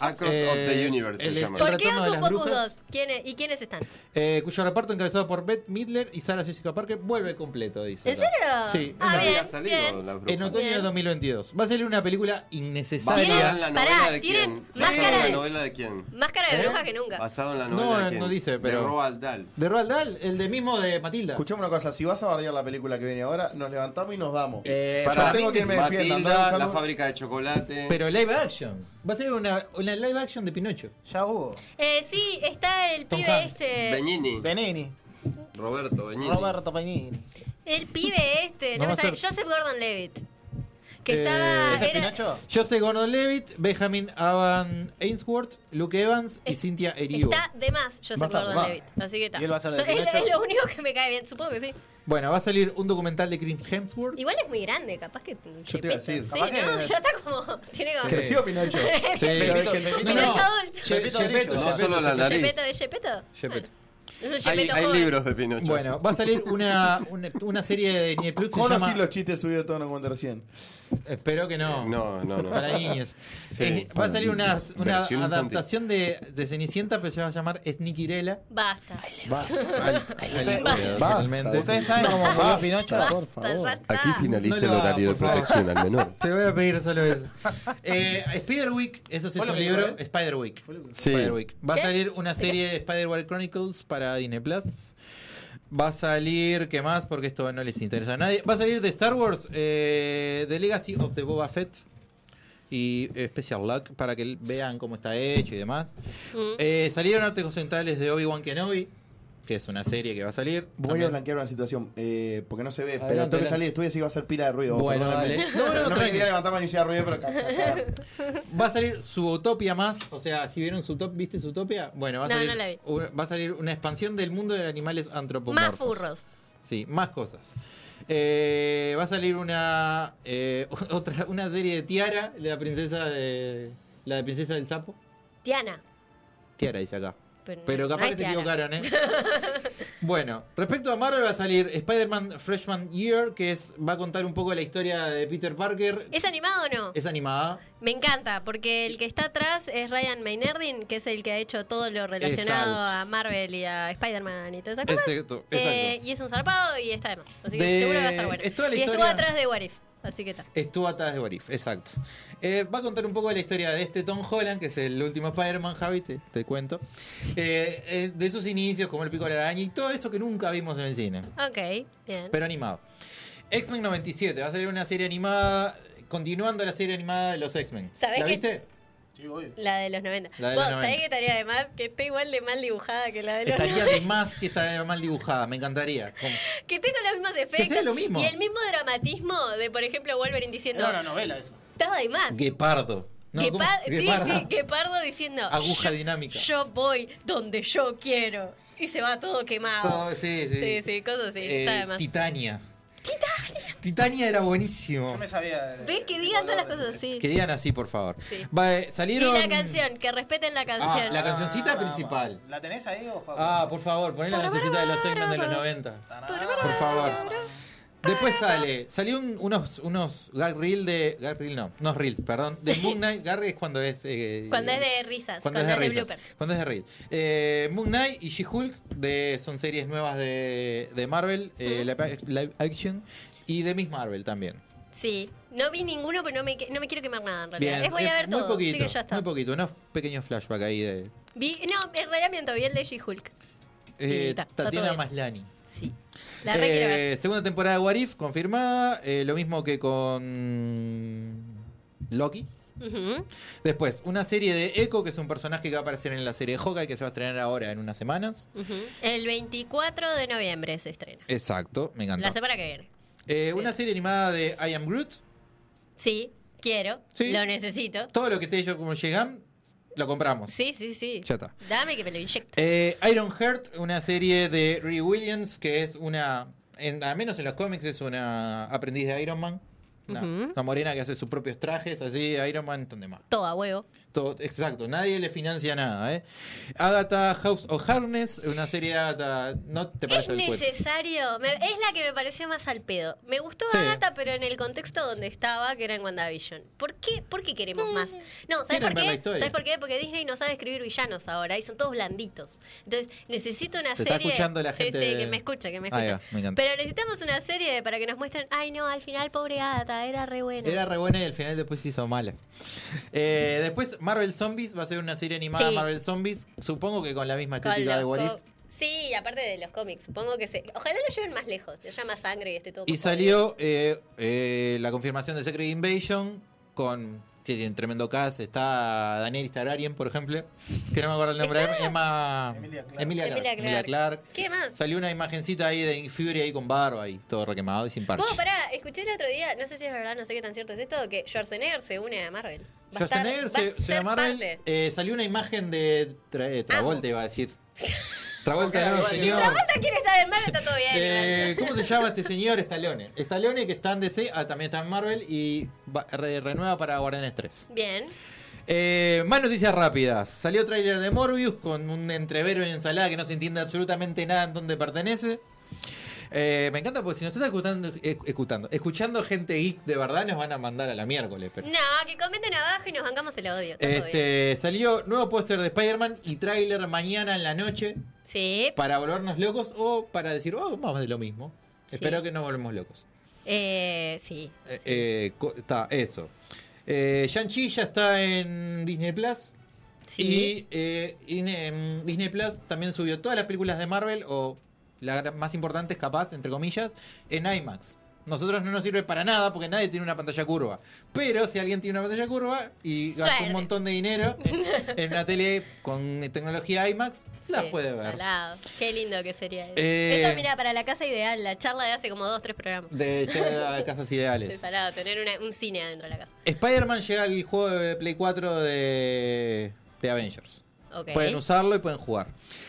K: Across of
D: Eh,
K: the Universe
D: el-
K: se llama.
D: el
C: ¿Por qué
D: retorno de
C: Ocus
D: las
C: Pocus
D: brujas,
C: 2? ¿Quiénes- ¿Y quiénes están?
D: eh, cuyo reparto encabezado por Beth Midler y Sarah Jessica Parker vuelve completo, dice.
C: ¿En serio?
D: acá. Sí.
C: Ah,
D: en-
C: bien,
K: había salido
C: bien.
K: la bruja.
D: En otoño de
C: Bien.
D: 2022. Va a salir una película innecesaria.
K: ¿Basado en
C: ¿Tienen?
K: la
C: Pará,
K: novela de
C: ¿tienen
K: quién? ¿Basado
C: máscara
K: en la
C: de-
K: novela de quién?
C: Más cara de
D: ¿Eh?
C: bruja que nunca.
K: ¿Basado en la
D: No,
K: novela
D: no
K: de quién?
D: dice,
K: De
D: pero-
K: Roald Dahl.
D: De Roald Dahl, el de mismo de Matilda.
P: Escuchame una cosa, si vas a bardear la película que viene ahora, nos levantamos y nos damos.
D: Eh,
P: Yo
K: Pará,
P: tengo que irme de fiesta, andá
K: Matilda,
P: buscando-
K: la fábrica de chocolate.
D: Pero live action. Va a ser una, una live action de Pinocho.
H: Ya hubo.
C: Eh, sí, está el
D: Tom
C: pibe
D: Hanks.
C: este.
K: Benini.
H: Benini.
K: Roberto Benini.
H: Roberto Benini.
C: El pibe este. No
D: No
C: me
D: va a
C: sale.
D: ser-
C: Joseph Gordon Levitt. Que
D: Eh,
C: estaba.
D: ¿Ese
H: ¿Ese es
C: Ah, era-
H: Pinocho?
D: Joseph Gordon-Levitt, Benjamin Avan Ainsworth, Luke Evans y
C: Es-
D: Cynthia Erivo.
C: Está de más Joseph
P: Va a estar de más.
C: Gordon-Levitt, así que está.
H: ¿Y él va a ser de
C: So- es,
H: Pinocho?
C: es lo único que me cae bien, supongo que sí.
D: Bueno, va a salir un documental de Chris Hemsworth.
C: Igual es muy grande, capaz que...
P: Yo te iba a decir.
C: Sí,
H: Capaz que-
C: no, ya está como... Tiene como...
D: Creció.
P: Creció Pinocho.
D: Sí.
P: Pepito,
D: No,
P: Pepito
D: no.
C: Pinocho adulto.
D: Ye-
P: Pepito
D: Gepetto,
P: Grillo,
K: no
D: Gepetto,
K: solo la
D: Gepetto.
K: nariz.
C: ¿Yepeto es Yepeto?
D: Gepetto.
C: Es un
K: Hay,
C: Yepeto
K: hay
C: joven.
K: libros de Pinocho.
D: Bueno, va a salir una, una, una serie de Disney Plus que se
P: Conocí
D: llama-
P: los chistes subidos de tono cuando recién.
D: Espero que no.
K: No, no, no.
D: Para niñas.
K: Sí,
D: Eh, va a
K: para
D: salir una,
K: niños.
D: una
K: Versión infantil.
D: adaptación de, de Cenicienta, pero se va a llamar Sneakerella.
C: Basta.
D: Finalmente.
H: ¿Ustedes saben cómo murió
P: Basta,
H: Pinocho?
P: por
C: Basta, ya
P: favor.
C: está.
D: No lo hagas, por favor.
K: al menor.
D: Te voy a pedir solo eso. Eh, Spiderwick, eso sí
H: ¿Fue
D: es
H: lo
D: un
H: que
D: libro.
H: dijo ¿eh? él?
D: Spiderwick.
K: Sí.
D: Spiderwick. Va a
C: ¿Qué?
D: salir una serie de Spider-War Chronicles para Disney Plus. Va a salir, ¿qué más? Porque esto no les interesa a nadie. Va a salir de Star Wars, eh, The Legacy of the Boba Fett y eh, Special Luck para que vean cómo está hecho y demás.
H: Mm.
D: Eh, salieron artes conceptuales de Obi-Wan Kenobi, que es una serie que va a salir.
P: Voy a
D: También-
P: blanquear una situación, eh, porque no se ve, pero
D: Adelante,
P: tengo que
D: adelante.
P: salir de estudio si va a hacer pila de ruido.
D: Bueno,
P: perdónenme.
D: dale.
P: No, no, no, me
D: tranqui.
P: quería levantar para iniciar ruido, pero ca- ca- cagar.
D: Va a salir Subutopia más, o sea, si vieron Subtop, ¿viste Subutopia? Bueno, va a,
C: No,
D: salir,
C: no la vi.
D: una- va a salir una expansión del mundo de animales antropomorfos.
C: Más furros.
D: Sí, más cosas. Eh, va a salir una eh, otra una serie de Tiara, de la princesa de la de princesa del sapo.
C: Tiana.
D: Tiara dice acá.
C: Pero, no-
D: Pero
C: no
D: capaz
C: hay
D: que se
C: Tiana.
D: equivocaron, ¿eh? Bueno, respecto a Marvel va a salir Spider-Man Freshman Year, que es va a contar un poco la historia de Peter Parker.
C: ¿Es animado o no?
D: Es animada.
C: Me encanta, porque el que está atrás es Ryan Maynardin, que es el que ha hecho todo lo relacionado
D: Exacto.
C: a Marvel y a Spider-man y todas esas cosas.
D: Exacto,
C: Eh,
D: exacto.
C: y es un zarpado y está de más. Así que
D: De-
C: seguro que va a estar bueno.
D: es toda la
C: y estuvo
D: historia-
C: atrás de What If, así que está.
D: Estuvo atrás de Warif, exacto. Eh, va a contar un poco la historia de este Tom Holland, que es el último Spider-Man, Javi, te, te cuento. Eh, eh, de sus inicios, como el pico de la araña y todo eso que nunca vimos en el cine,
C: Ok, bien.
D: pero animado. X-Men 97, va a salir una serie animada, continuando la serie animada de los X-Men.
C: ¿Sabés
D: ¿La
C: que-
D: viste?
C: La de los 90.
D: La de
C: Vos,
D: los 90.
C: ¿sabés que estaría de más? Que esté igual de mal dibujada que la de los
D: Estaría
C: 90.
D: de más que estaría mal dibujada, me encantaría. Como-
C: Que tenga los mismos efectos.
D: sea lo mismo.
C: Y el mismo dramatismo de, por ejemplo, Wolverine diciendo.
D: Era una novela
H: eso.
C: Estaba de más.
D: Guepardo. No, ¿cómo?
C: Guepar- sí,
D: Guepardo.
C: sí, Guepardo diciendo.
D: Aguja
C: "Yo-
D: dinámica".
C: Yo voy donde yo quiero. Y se va todo quemado.
D: Todo- sí, sí.
C: Sí, sí, cosas así.
D: Eh,
C: está de más.
D: Titania. Titania. Titania era buenísimo.
H: sabía.
C: ¿Ves que digan todas las cosas así?
D: Que digan así, por favor.
C: Sí.
D: Va, eh,
C: Y
D: salieron.
C: la canción, que respeten la canción.
D: Ah, la cancioncita principal.
H: ¿La tenés ahí o Juan?
D: Ah, por favor, poné la cancioncita de los segmentos de los 90. Por favor. Después sale, salió un- unos, unos gag reel de. Gag reel no, no reels, perdón. De Moon Knight. Gag reel es cuando es. eh,
C: Cuando es de risas.
D: Cuando es de risas.
C: bloopers.
D: Cuando es de reel. Eh, Moon Knight y She-Hulk de- son series nuevas de, de Marvel, eh, live, live action. Y de Miss Marvel también.
C: Sí. No vi ninguno, pero no me, que- no me quiero quemar nada en realidad.
D: Bien,
C: es voy a
D: eh,
C: ver
D: muy
C: todo.
D: poquito,
C: así que ya está.
D: muy poquito, unos pequeños flashback ahí de
C: Vi, no, en realidad miento, vi el de She-Hulk.
D: eh,
C: Y ta, está
D: Tatiana
C: todo bien.
D: Maslani.
C: Sí. La re quiero ver.
D: Eh, segunda temporada de Warif confirmada, eh, lo mismo que con Loki.
C: Ujú.
D: Después, una serie de Echo, que es un personaje que va a aparecer en la serie de Hawkeye, que se va a estrenar ahora en unas semanas.
C: Ujú. El 24 de noviembre se estrena.
D: Exacto, me encanta.
C: La semana que viene.
D: Eh, Una serie animada de I Am Groot.
C: Sí, quiero.
D: Sí.
C: Lo necesito.
D: Todo lo que esté hecho como Shegam, lo compramos.
C: Sí, sí, sí.
D: Ya está.
C: Dame que me lo inyecte.
D: Eh, Iron Heart, una serie de Ree Williams, que es una, en- al menos en los cómics, es una aprendiz de Iron Man. Una,
C: Ujú.
D: una morena que hace sus propios trajes, así, Iron Man, donde más.
C: Toda huevo.
D: Todo- exacto, nadie le financia nada, ¿eh? Agatha House of Harness, una serie de Agatha... No te
C: Es
D: parece el cuento.
C: necesario. Me- es la que me pareció más al pedo. Me gustó
D: Sí.
C: Agatha, pero en el contexto donde estaba, que era en WandaVision. ¿Por qué, ¿Por qué queremos más? No, ¿sabes
D: Quieren
C: por
D: ver la
C: qué?
D: historia.
C: ¿Sabes por qué? Porque Disney no sabe escribir villanos ahora y son todos blanditos. Entonces, necesito una
D: Te
C: serie.
D: está escuchando la gente
C: Sí, sí,
D: de-
C: que me escucha, que me
D: Ahí
C: escucha.
D: va, me encanta.
C: pero necesitamos una serie para que nos muestren, ay no, al final pobre Agatha, era re buena.
D: Era re buena y al final después se hizo mala. Eh, después, Marvel Zombies va a ser una serie animada
C: Sí.
D: Marvel Zombies, supongo que con la misma
C: Con
D: estética de
C: los
D: What If.
C: co- Sí, y aparte de los cómics, supongo que se. Ojalá lo lleven más lejos, le llama sangre y esté todo.
D: Y
C: más
D: salió eh, eh, la confirmación de Secret Invasion con. Sí, tiene tremendo cast. Está Daniel Targaryen, por ejemplo. Que no me acuerdo el nombre. Emma. Emilia Clark. Emilia Clark.
C: Emilia Clark. ¿Qué más?
D: Salió una imagencita ahí de Fury ahí con barba ahí, todo requemado y sin parche.
C: Vos, pará, escuché el otro día, no sé si es verdad, no sé qué tan cierto es esto, que Schwarzenegger se une a Marvel. Va a estar-
D: Schwarzenegger
C: va a
D: se, se
C: ser
D: llama Marvel,
C: parte.
D: eh, salió una imagen de Tra- eh, Travolta, iba a decir. Travolta, no,
C: Si
D: señor.
C: Travolta quiere estar en Marvel, está todo bien.
D: Eh, ¿Cómo se llama este señor? Stallone. Stallone que está en DC, ah, también está en Marvel y va- re- renueva para Guardianes 3.
C: Bien.
D: Eh, más noticias rápidas. Salió tráiler de Morbius con un entrevero en ensalada que no se entiende absolutamente nada en dónde pertenece. Eh, me encanta porque si nos estás escuchando, esc- escuchando, escuchando gente geek de verdad nos van a mandar a la miércoles. pero-
C: No, que comenten abajo y nos bancamos el odio. está todo bien.
D: Este, salió nuevo póster de Spider-Man y tráiler mañana en la noche
C: Sí.
D: para volvernos locos o para decir, oh, más de lo mismo. Espero que no volvemos locos.
C: Eh, sí.
D: Eh, eh, co- está, eso. Eh, Shang-Chi ya está en Disney Plus. mm, Y eh, in- em, Disney Plus también subió todas las películas de Marvel o la gra- más importante es capaz, entre comillas, en IMAX. Nosotros no nos sirve para nada porque nadie tiene una pantalla curva. Pero si alguien tiene una pantalla curva y gasta
C: Suerte.
D: un montón de dinero en, en una tele con tecnología IMAX, las
C: Sí,
D: puede ver.
C: salado. Qué lindo que sería eso.
D: Eh.
C: Esto, mira, para la casa ideal, la charla de hace como dos, tres programas.
D: De Chava de Casas Ideales.
C: Salado, tener una- un cine adentro de la casa.
D: Spider-Man llega al juego de Play 4 de, de Avengers.
C: Ok.
D: Pueden usarlo y pueden jugar.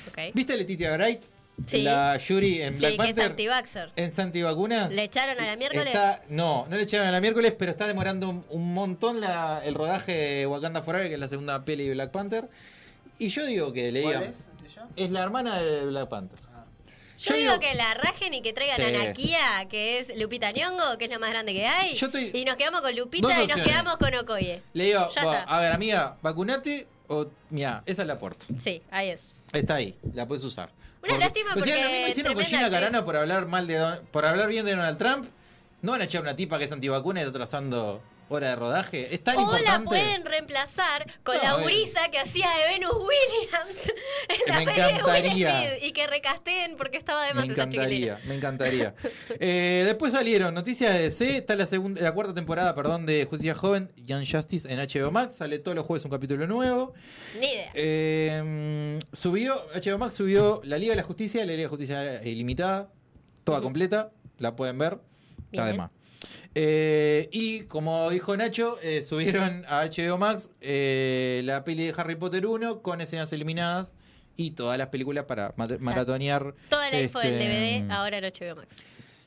C: Ok.
D: ¿Viste a Letitia Bright?
C: Sí.
D: La Yuri en
C: sí,
D: Black
C: que es
D: Panther.
C: anti-vaxxer.
D: En Santi Vacunas.
C: Le echaron a la miércoles.
D: Está, no, no le echaron a la miércoles, pero está demorando un, un montón la- el rodaje de Wakanda Forever, que es la segunda peli de Black Panther. Y yo digo que le digan-
H: es? ¿Ella?
D: es la hermana de Black Panther.
C: Yo digo que la rajen y que traigan
D: Sí.
C: a Nakia, que es Lupita Nyongo, que es la más grande que hay.
D: Yo estoy-
C: Y nos quedamos con
D: Dos
C: Lupita y nos
D: opciones.
C: quedamos con Okoye.
D: Le digo,
C: Ya
D: "Bueno,
C: está.
D: a ver, amiga, vacunate o. Mira, esa es la puerta.
C: Sí, ahí es.
D: Está ahí, la puedes usar.
C: Una lástima
D: o sea,
C: porque
D: lo mismo hicieron con
C: tremenda
D: Gina
C: actriz.
D: Carano por hablar mal de Don- por hablar bien de Donald Trump. No van a echar una tipa que es antivacuna y está atrasando hora de rodaje. Es tan
C: o la
D: importante.
C: pueden reemplazar con
D: No,
C: la
D: eh.
C: gurisa que hacía de Venus Williams en la
D: Me
C: peli de Will
D: encantaría.
C: Smith y que recasteen porque estaba de
D: Me
C: más esa chiquilina.
D: encantaría, me encantaría. Eh, después salieron noticias de C, está la segunda, la cuarta temporada, perdón, de Justicia Joven, Young Justice en HBO Max, sale todos los jueves un capítulo nuevo.
C: Ni idea.
D: Eh, subió, HBO Max subió La Liga de la Justicia, la Liga de la Justicia Ilimitada, toda completa, la pueden ver,
C: Bien.
D: está de más. Eh, y como dijo Nacho, eh, subieron a HBO Max eh, la peli de Harry Potter 1 con escenas eliminadas y todas las películas para mate- maratonear.
C: Toda la info
D: este,
C: del DVD ahora en HBO Max.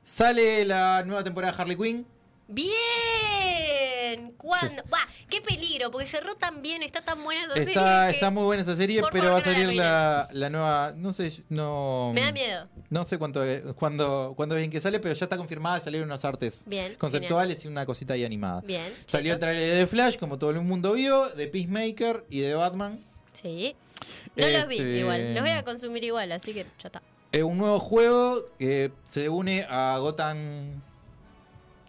D: Sale la nueva temporada de Harley Quinn.
C: Bien. ¿Cuándo? Buah, qué peligro, porque cerró tan bien, está tan buena esa serie
D: Está,
C: que
D: está muy buena esa serie,
C: por
D: pero va a
C: favor, no la
D: salir la, la nueva. No sé, no.
C: me da miedo.
D: No sé cuánto, cuándo, cuándo es bien que sale, pero ya está confirmada salir unos artes
C: Bien,
D: conceptuales y una cosita ahí animada.
C: Bien.
D: Salió el trailer de Flash, como todo el mundo vio, de Peacemaker y de Batman.
C: Sí. No los vi
D: Este,
C: igual, los voy a consumir igual, así que ya está.
D: eh, un nuevo juego que se une a Gotham.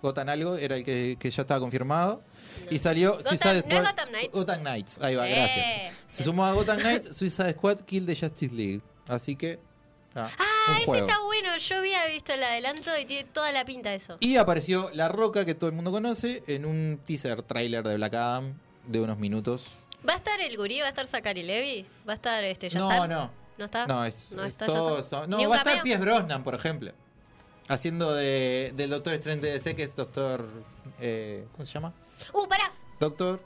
D: Gotham algo, era el que, que ya estaba confirmado. Y salió
C: Gotham- ¿no
D: Suicide
C: es
D: Squad-
C: Gotham Knights?
D: Gotham Knights, ahí va,
C: Eh.
D: gracias. Se sumó a Gotham Knights, Suicide Squad Kill the Justice League. Así que. Ah, un
C: Ah, ese
D: juego.
C: está bueno, yo había visto el adelanto y tiene toda la pinta de eso.
D: Y apareció La Roca, que todo el mundo conoce, en un teaser trailer de Black Adam de unos minutos.
C: ¿Va a estar el gurí? ¿Va a estar Zachary Levy? ¿Va a estar este
D: No,
C: Yazar?
D: no.
C: ¿No está?
D: No, es, es
C: está
D: todo
C: Yazar?
D: eso.
C: ¿Ni
D: No,
C: un
D: va a estar
C: cameo?
D: Pies Brosnan, por ejemplo. Haciendo de, del Doctor Strange de DC, que es Doctor. eh, ¿Cómo se llama?
C: Uh, pará.
D: Doctor.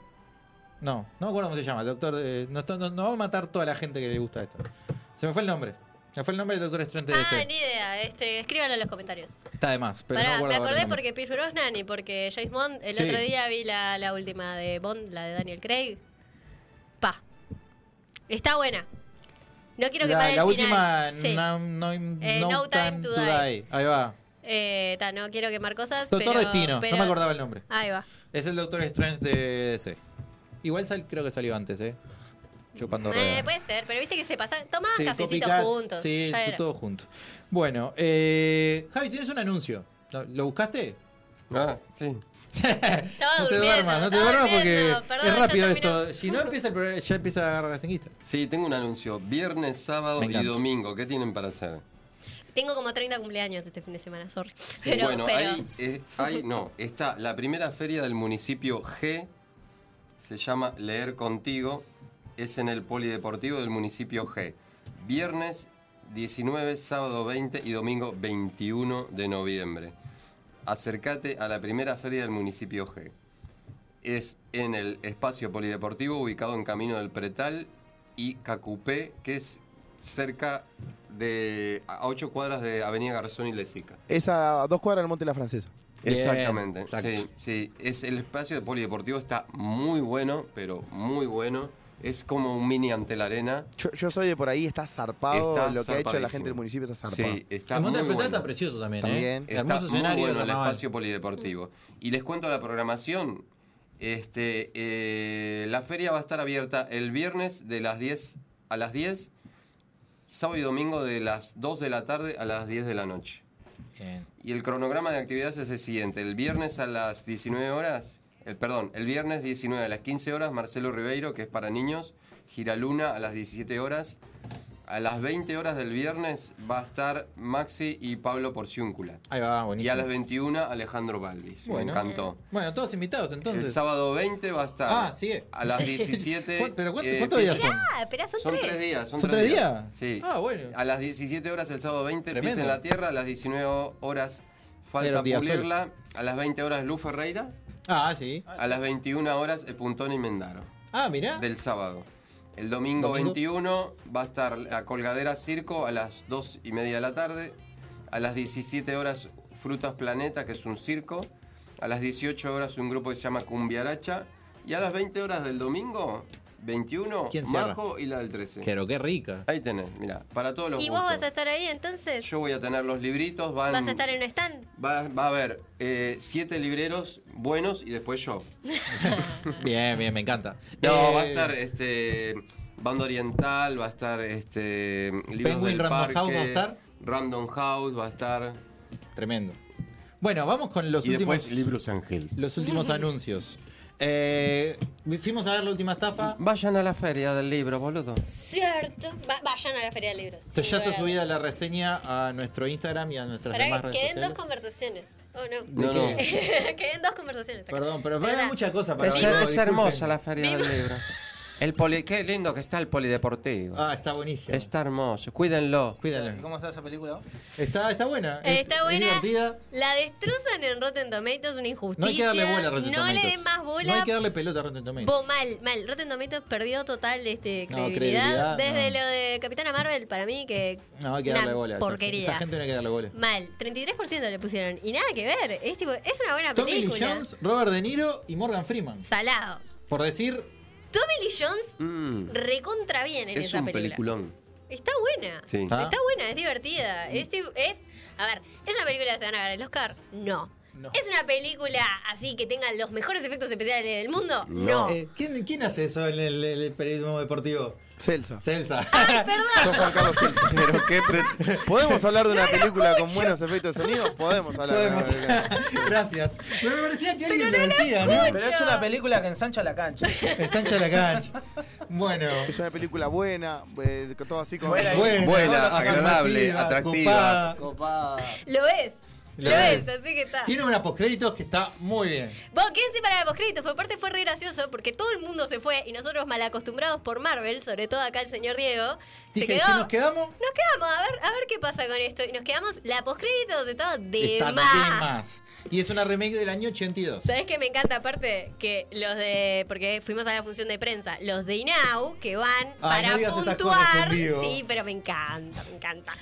D: No, no me acuerdo cómo se llama. Doctor. de- no, está- no- no va a matar toda la gente que le gusta esto. Se me fue el nombre. Se me fue el nombre del Doctor Strange
C: Ah,
D: de DC.
C: ni idea. Este, escríbanlo en los comentarios.
D: Está de más, pero
C: Pará,
D: no
C: me
D: me acuerdo. ahora
C: acordé
D: el nombre.
C: porque Pierce Brosnan y porque James Bond. El
D: Sí.
C: otro día vi la, la última de Bond, la de Daniel Craig. Pa. Está buena. No quiero que
D: La,
C: pare
D: la
C: el
D: última.
C: final. Sí.
D: No, no-
C: Eh,
D: no
C: No Time to Die.
D: Ahí va.
C: Eh, ta, no quiero quemar cosas.
D: Doctor
C: pero-
D: Destino,
C: pero-
D: no me acordaba el nombre.
C: Ahí va.
D: Es el Doctor Strange de DC. Igual sal- creo que salió antes, ¿eh? Chupando
C: Eh,
D: ruedas.
C: puede ser, pero viste que se pasa. Tomá
D: Sí,
C: cafecito
D: copycats,
C: juntos.
D: Sí,
C: ya
D: to-
C: era.
D: todo junto. Bueno, eh, Javi, tienes un anuncio. ¿Lo- ¿Lo buscaste?
K: Ah, sí.
C: Estaba
D: no te
C: Ah, durmiendo,
D: duermas, no te
C: estaba
D: duermas porque
C: durmiendo. Perdón,
D: es
C: ya
D: rápido
C: terminó.
D: esto. Si no empieza el programa, ya empieza a agarrar racinguista.
K: Sí, tengo un anuncio. Viernes, sábado
D: Me
K: y
D: encanta.
K: domingo. ¿Qué tienen para hacer?
C: Tengo como 30 cumpleaños este fin de semana, sorry. Pero,
K: bueno,
C: pero-
K: Hay, eh, hay- no, está la primera feria del municipio G, se llama Leer Contigo, es en el Polideportivo del municipio G. Viernes 19, sábado 20 y domingo 21 de noviembre. Acércate a la primera feria del municipio G. Es en el espacio polideportivo ubicado en Camino del Pretal y Cacupé, que es cerca de a 8 cuadras de Avenida Garzón y Lesica.
I: Es a dos cuadras del Monte de la Francesa.
K: Exactamente. Sí, sí. Es, el espacio de polideportivo está muy bueno, pero muy bueno. Es como un mini ante la arena.
I: Yo, yo soy de por ahí, está zarpado
K: Está
I: lo que ha hecho la
K: zarpadísimo.
I: gente del municipio, está zarpado.
K: Sí, Eh. está El Monte de muy la Francesa bueno. está
D: precioso también, ¿eh?
I: También.
K: Está muy bueno el espacio polideportivo. Y les cuento la programación. Este, eh, la feria va a estar abierta el viernes de las 10 a las 10, sábado y domingo de las 2 de la tarde a las 10 de la noche. Y el cronograma de actividades es el siguiente. El viernes a las 19 horas, el, perdón, el viernes 19 a las 15 horas, Marcelo Ribeiro, que es para niños, Giraluna a las 17 horas, A las 20 horas del viernes va a estar Maxi y Pablo Porciúncula.
D: Ahí va,
K: Y
D: buenísimo.
K: a las 21 Alejandro Balvis.
D: Bueno.
K: Me encantó.
D: Bueno, todos invitados entonces.
K: El sábado 20 va a estar.
D: Ah, sigue.
K: A las 17.
D: ¿Cu- pero cuánto-
K: eh,
D: cuántos días son?
C: Ah, esperá, son,
K: Son
C: tres.
K: tres días. Son,
D: ¿Son tres días?
K: Sí.
D: Ah, bueno.
K: A las 17 horas el sábado 20 empieza
D: Tremendo.
K: en la Tierra, a las 19 horas
D: Era
K: falta
D: un día
K: pulirla, a las 20 horas Lu Ferreira,
D: Ah, sí.
K: a las 21 horas el Puntón y Mendaro.
D: Ah, mirá.
K: Del sábado. El domingo,
D: Domingo.
K: 21 va a estar la Colgadera Circo a las 2 y media de la tarde, a las 17 horas Frutas Planeta, que es un circo, a las 18 horas un grupo que se llama Cumbiaracha, y a las 20 horas del domingo, 21,
D: ¿Quién cierra?
K: Marco y la del 13.
D: Pero qué rica.
K: Ahí tenés, mira, para todos los
C: ¿Y vos
K: gustos.
C: vas a estar ahí entonces?
K: Yo voy a tener los libritos, van,
C: ¿Vas a estar en un stand?
K: va, va a haber eh, siete libreros buenos y después yo.
D: Bien, bien, me encanta.
K: No,
D: Eh,
K: va a estar este Banda Oriental, va a estar este libros
D: Penguin
K: del
D: Random
K: parque,
D: House va a estar.
K: Random House va a estar.
D: Tremendo. Bueno, vamos con los
K: Y
D: últimos.
K: después
E: Libros Ángel.
D: Los últimos anuncios. Eh, fuimos a ver la última estafa.
K: Vayan a la feria del libro, boludo.
C: Cierto. Va- vayan a la Feria de Libros. sin
D: ya está
C: lugar a
D: subida la reseña a nuestro Instagram y a nuestras
C: Pará,
D: demás
C: que
D: redes
C: queden
D: sociales.
C: dos conversaciones. Oh, no.
D: No, no.
C: queden dos conversaciones. acá.
D: Perdón, pero
C: Pará.
D: hay muchas cosas para
K: Esa
D: ver.
K: es hermosa la feria
C: Viva-
K: del libro. El poli- qué lindo que está el polideportivo.
D: Ah, está buenísimo.
K: Está hermoso, cuídenlo.
D: Cuídenlo.
H: ¿Cómo está esa película?
D: Está, está buena.
C: Eh, Está
D: es
C: buena.
D: divertida.
C: La destrozan en Rotten Tomatoes, una injusticia.
D: No hay que darle bola a Rotten
C: No le
D: Tomatoes.
C: den más bola.
D: No hay que darle pelota a Rotten Tomatoes.
C: Bo- mal, mal. Rotten Tomatoes perdió total este,
D: No,
C: credibilidad.
D: credibilidad,
C: Desde
D: no.
C: lo de Capitana Marvel, para mí, que.
D: No hay que darle
C: una
D: bola. a esa-
C: Porquería.
D: Esa gente no hay que darle bola.
C: Mal. 33% le pusieron. Y nada que ver. Es, tipo, es una buena
D: Tommy Lee
C: película.
D: Jones, Robert De Niro y Morgan Freeman.
C: Salado.
D: Por decir.
C: Tommy Lee Jones recontra bien en
K: Mm. es
C: esa
K: un
C: película.
K: peliculón.
C: Está buena.
K: Sí.
C: Está
K: Ah.
C: buena, es divertida. Es, tipo- es- a ver, ¿es una película que se van a ganar el Oscar? No. ¿Es una película así que tenga los mejores efectos especiales del mundo? No.
D: Eh, ¿quién, quién hace eso en el, el- el periodismo deportivo?
I: Celso.
D: Celsa.
I: Sos Juan Carlos Celso. Pero qué pre- ¿Podemos hablar de una película con buenos efectos de sonido? Podemos hablar. de una
D: Podemos.
I: película.
D: Gracias. Me parecía que alguien
H: no la
D: lo decía, ¿no?
H: Pero es una película que ensancha la cancha.
D: Ensancha la cancha. Bueno.
I: Es una película buena, eh, todo así como...
H: Buena,
K: Buena,
I: ¿eh?
K: buena, agradable, atractiva.
H: Copada.
C: Lo es.
D: Lo
C: Lo,
D: es.
C: es. así que está.
D: Tiene una postcréditos que está muy bien.
C: Vos, quédense para el postcrédito. Fue parte fue re gracioso porque todo el mundo se fue y nosotros mal acostumbrados por Marvel, sobre todo acá el señor Diego, se
D: Dije,
C: quedó.
D: si nos quedamos,
C: Nos quedamos, a ver, a ver qué pasa con esto. Y nos quedamos, la postcréditos estaba de
D: está
C: más.
D: de más. Y es una remake del año 82.
C: ¿Sabes que me encanta aparte? Que los de. Porque fuimos a la función de prensa. Los de INAU que van
D: Ay,
C: para
D: Ah, no digas estas cosas
C: puntuar.
D: en vivo.
C: Sí, pero me encanta, me encanta.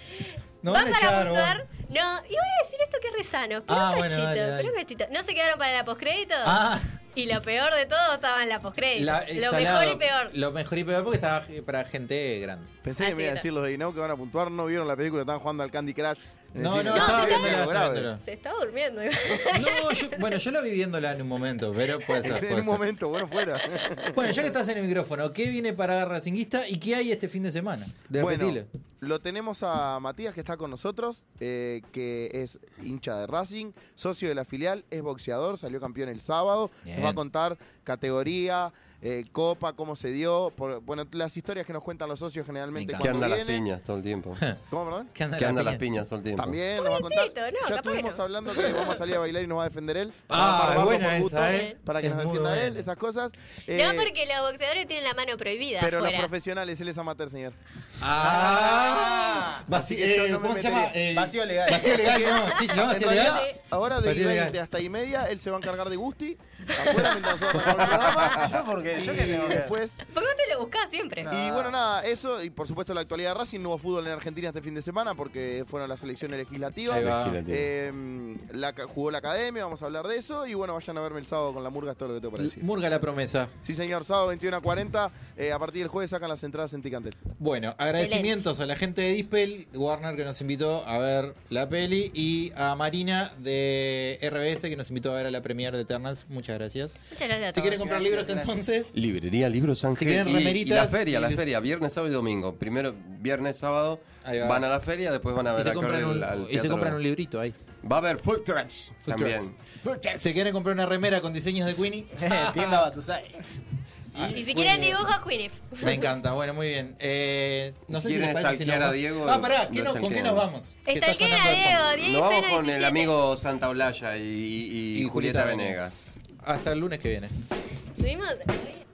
D: No
C: van
D: van a
C: para
D: echar,
C: puntuar.
D: vos.
C: No, y voy a decir esto que es re sano. Pero
D: Ah,
C: un
D: bueno,
C: cachito,
D: dale, dale.
C: pero un cachito. ¿No se quedaron para la postcrédito?
D: Ah.
C: Y lo peor de todo estaba en la postcrédito.
D: La- eh,
C: Lo
D: salado.
C: mejor y peor.
D: Lo mejor y peor porque estaba eh, para gente grande.
I: Pensé que me iba a decir los de Inau que van a puntuar, no vieron la película, estaban jugando al Candy Crush. en el
D: No,
I: cine.
D: no, estaba
I: Grave,
D: viéndola,
I: grave.
D: viéndola.
C: Se estaba durmiendo. Iván.
D: No, yo, bueno, yo la vi viéndola en un momento, pero puede ser.
I: En
D: puede
I: un
D: ser.
I: momento, bueno, fuera.
D: Bueno, ya que estás en el micrófono, ¿qué viene para Racinguista y qué hay este fin de semana? De
I: Bueno,
D: repetilo.
I: lo tenemos a Matías que está con nosotros, eh, que es hincha de Racing, socio de la filial, es boxeador, salió campeón el sábado,
D: Bien.
I: nos va a contar categoría, eh, copa, cómo se dio, por- bueno, las historias que nos cuentan los socios generalmente.
K: Que
I: cuando
K: anda las
I: vienen.
K: piñas todo el tiempo.
I: ¿Cómo, perdón?
K: Que anda, Que anda las piñas todo el tiempo.
I: También nos va a contar.
C: Pobrecito, no,
I: ya
C: capaz que
I: estuvimos
C: no.
I: hablando que vamos a salir a bailar y nos va a defender él.
D: Ah,
I: Para barro
D: buena
I: por gusto,
D: esa, ¿eh?
I: Para que
D: Es
I: nos
D: muy
I: defienda él,
D: buena.
I: esas cosas. Eh,
C: No, porque los boxeadores tienen la mano prohibida.
I: pero los
C: afuera.
I: profesionales, él es amateur, señor.
D: Ah,
I: Así
D: vaci-
I: que yo
D: eh,
I: no me
D: ¿Cómo se llama?
I: metería.
D: Eh,
I: vacío legal.
D: Vacío legal, no. Sí, se llama
I: En
D: vacío
I: realidad,
D: legal.
I: Ahora de
D: Vacío
I: 20
D: legal.
I: hasta y media, él se va a encargar de Gusti. Afuera mientras nosotros grabamos el programa.
H: Yo porque yo
I: Y
H: que tengo que-
I: después.
C: ¿Por qué no te lo buscás siempre?
I: Y bueno, nada, eso. Y por supuesto, la actualidad de Racing. No hubo fútbol en Argentina este fin de semana porque fueron las elecciones legislativas.
D: Ahí va. Legislativa.
I: Eh, la ca- jugó la academia, vamos a hablar de eso. Y bueno, vayan a verme el sábado con la murga, es todo lo que tengo para decir.
D: Murga la promesa.
I: Sí, señor, sábado 21 a 40. eh, a partir del jueves sacan las entradas en Ticantel.
D: Bueno, agradecimientos a la gente de Dispel, Warner que nos invitó a ver la peli y a Marina de RBS que nos invitó a ver a la premiere de Eternals. Muchas gracias.
C: Muchas gracias a
D: Si quieren
C: todos.
D: comprar libros entonces,
E: Librería Libros Ángel.
D: quieren
K: Y- y,
D: remeritas
K: la feria,
D: y
K: la
D: lu-
K: feria, viernes, sábado y domingo. Primero viernes, sábado,
D: va.
K: van a la feria, después van a
D: Y
K: ver
D: se
K: a
D: compran
K: Carol
D: un-
K: al
D: y se
K: teatro.
D: compran un librito ahí.
K: Va a haber food trucks
D: Food
K: también.
D: trucks. si quieren comprar una remera con diseños de Queenie,
H: Tienda Batusai.
C: Y si quieren dibujos, Quinif.
D: Me encanta, bueno, muy bien. Eh, no
K: Si
D: sé si les
K: quieren
D: parece si nos
K: stalkear a
D: vamos-
K: Diego,
D: Ah, pará, ¿qué
K: lo
D: nos- ¿con qué nos
K: stalkean.
D: vamos? ¿Qué está
C: Stalkean
D: sonando
C: a
D: de fondo?
C: Diego, Diego
K: Nos vamos
C: Fena
K: con el
C: 17.
K: amigo Santa Olalla y, y- y Julieta Venegas.
D: Hasta el lunes que viene.
C: Tuvimos-